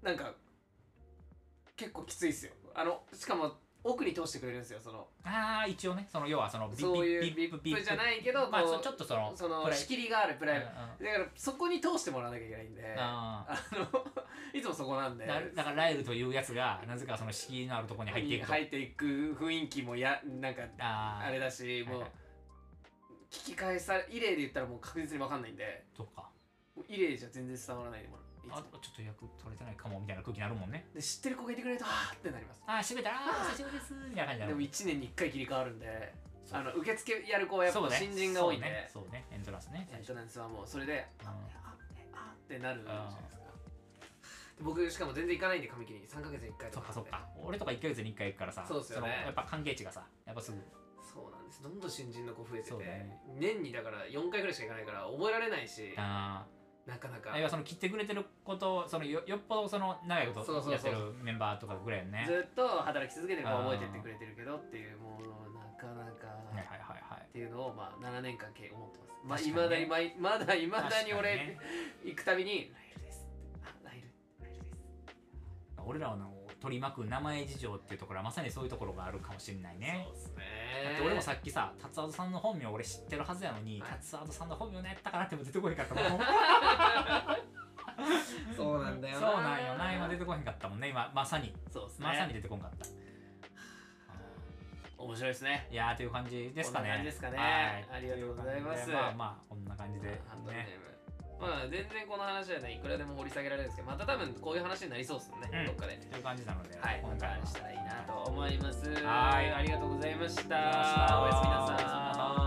Speaker 1: なんか結構きついっすよあのしかも奥に通してくれるんですよその
Speaker 2: うああ一応ねその要はそのビ
Speaker 1: そういう
Speaker 2: ビ
Speaker 1: ビ
Speaker 2: ップ
Speaker 1: ップじゃないけど
Speaker 2: まあ
Speaker 1: こう
Speaker 2: そちょっとその
Speaker 1: そ
Speaker 2: プ
Speaker 1: の
Speaker 2: ライ
Speaker 1: 仕切りがあるプライベー
Speaker 2: うんうん
Speaker 1: トだからそこに通してもらわなきゃいけないんで *laughs* あ
Speaker 2: あー
Speaker 1: のいつもそこなんで
Speaker 2: だだからライルというやつがなぜかその敷居のあるところに入っていくと、
Speaker 1: 入っていく雰囲気もやなんか
Speaker 2: あー
Speaker 1: あれだしもう
Speaker 2: はいはい
Speaker 1: 聞き返さ異例で言ったらもう確実に分かんないんで
Speaker 2: そっか
Speaker 1: もう異例じゃ全然伝わらないでもいつ
Speaker 2: あ
Speaker 1: も
Speaker 2: ちょっと予約取れてないかもみたいな空気になるもんね
Speaker 1: で知ってる子がいてくれるとあーってなります
Speaker 2: あー閉めたらあーお久しぶりですみたいな感じにな
Speaker 1: で
Speaker 2: る
Speaker 1: も1年に1回切り替わるんで
Speaker 2: そう
Speaker 1: あの受付やる子はやっぱ新人が多いんで、
Speaker 2: そうねそうねエントランスね
Speaker 1: エ
Speaker 2: 最
Speaker 1: ン
Speaker 2: 初
Speaker 1: トランスはもうそれで
Speaker 2: うん
Speaker 1: あああってなるじゃないですかで僕しかも全然行かないんで髪切りに3ヶ月に1回
Speaker 2: そ
Speaker 1: と
Speaker 2: っ
Speaker 1: かなん
Speaker 2: かそっ
Speaker 1: で
Speaker 2: か俺とか1ヶ月に1回行くからさ
Speaker 1: そうっすよね
Speaker 2: のやっぱ関係値がさやっぱすぐ
Speaker 1: そうなんですどんどん新人の子増えてて、
Speaker 2: そうだね
Speaker 1: 年にだから4回ぐらいしか行かないから覚えられないし
Speaker 2: あ
Speaker 1: なかなか
Speaker 2: あるいはその切ってくれてることそのよよっぽどその長いこ
Speaker 1: そうそうそ
Speaker 2: と
Speaker 1: う
Speaker 2: やってるメンバーとかぐらいよね。
Speaker 1: ずっと働き続けてるから
Speaker 2: あー
Speaker 1: 覚えてってくれてるけどっていうもうなかな
Speaker 2: はいはい
Speaker 1: かっ
Speaker 2: はいはい。
Speaker 1: ていうのをまあ7年間け思ってます
Speaker 2: 確
Speaker 1: まあ
Speaker 2: か
Speaker 1: いまだ
Speaker 2: に
Speaker 1: にまいまだいまだに
Speaker 2: 確か
Speaker 1: 俺
Speaker 2: ね
Speaker 1: 行くたびに「ライルです」あライルライルです」
Speaker 2: 俺らの取り巻く名前事情っていうところはまさにそういうところがあるかもしれないね
Speaker 1: そうっす
Speaker 2: だっ
Speaker 1: ね
Speaker 2: て俺もさっきさ達夫さんの本名俺知ってるはずやのに
Speaker 1: はい
Speaker 2: 達夫さんの本名何やったかなっても出てこへんかったもん
Speaker 1: そう *laughs* なんだよ
Speaker 2: そうなんよな今出てこへんかったもんね今まさに
Speaker 1: そうですね
Speaker 2: まさに出てこんかった
Speaker 1: 面白いですね
Speaker 2: いやーという感じですかね
Speaker 1: こんな感じですかね
Speaker 2: はい
Speaker 1: ありがとうございます
Speaker 2: とう感じでまあまあこんな感じでね
Speaker 1: ハンドルネームまあ全然この話はねいくらでも掘り下げられるんですけどまた多分こういう話になりそうですもんね、
Speaker 2: うん
Speaker 1: どっかで
Speaker 2: という感じなので
Speaker 1: はい、ま
Speaker 2: 今
Speaker 1: た
Speaker 2: 回は
Speaker 1: したらいいなと思います。
Speaker 2: はい
Speaker 1: ありがとうございました。お
Speaker 2: ありがとうござい
Speaker 1: やすみな
Speaker 2: ましたおやすみな
Speaker 1: さ
Speaker 2: さ
Speaker 1: い
Speaker 2: い。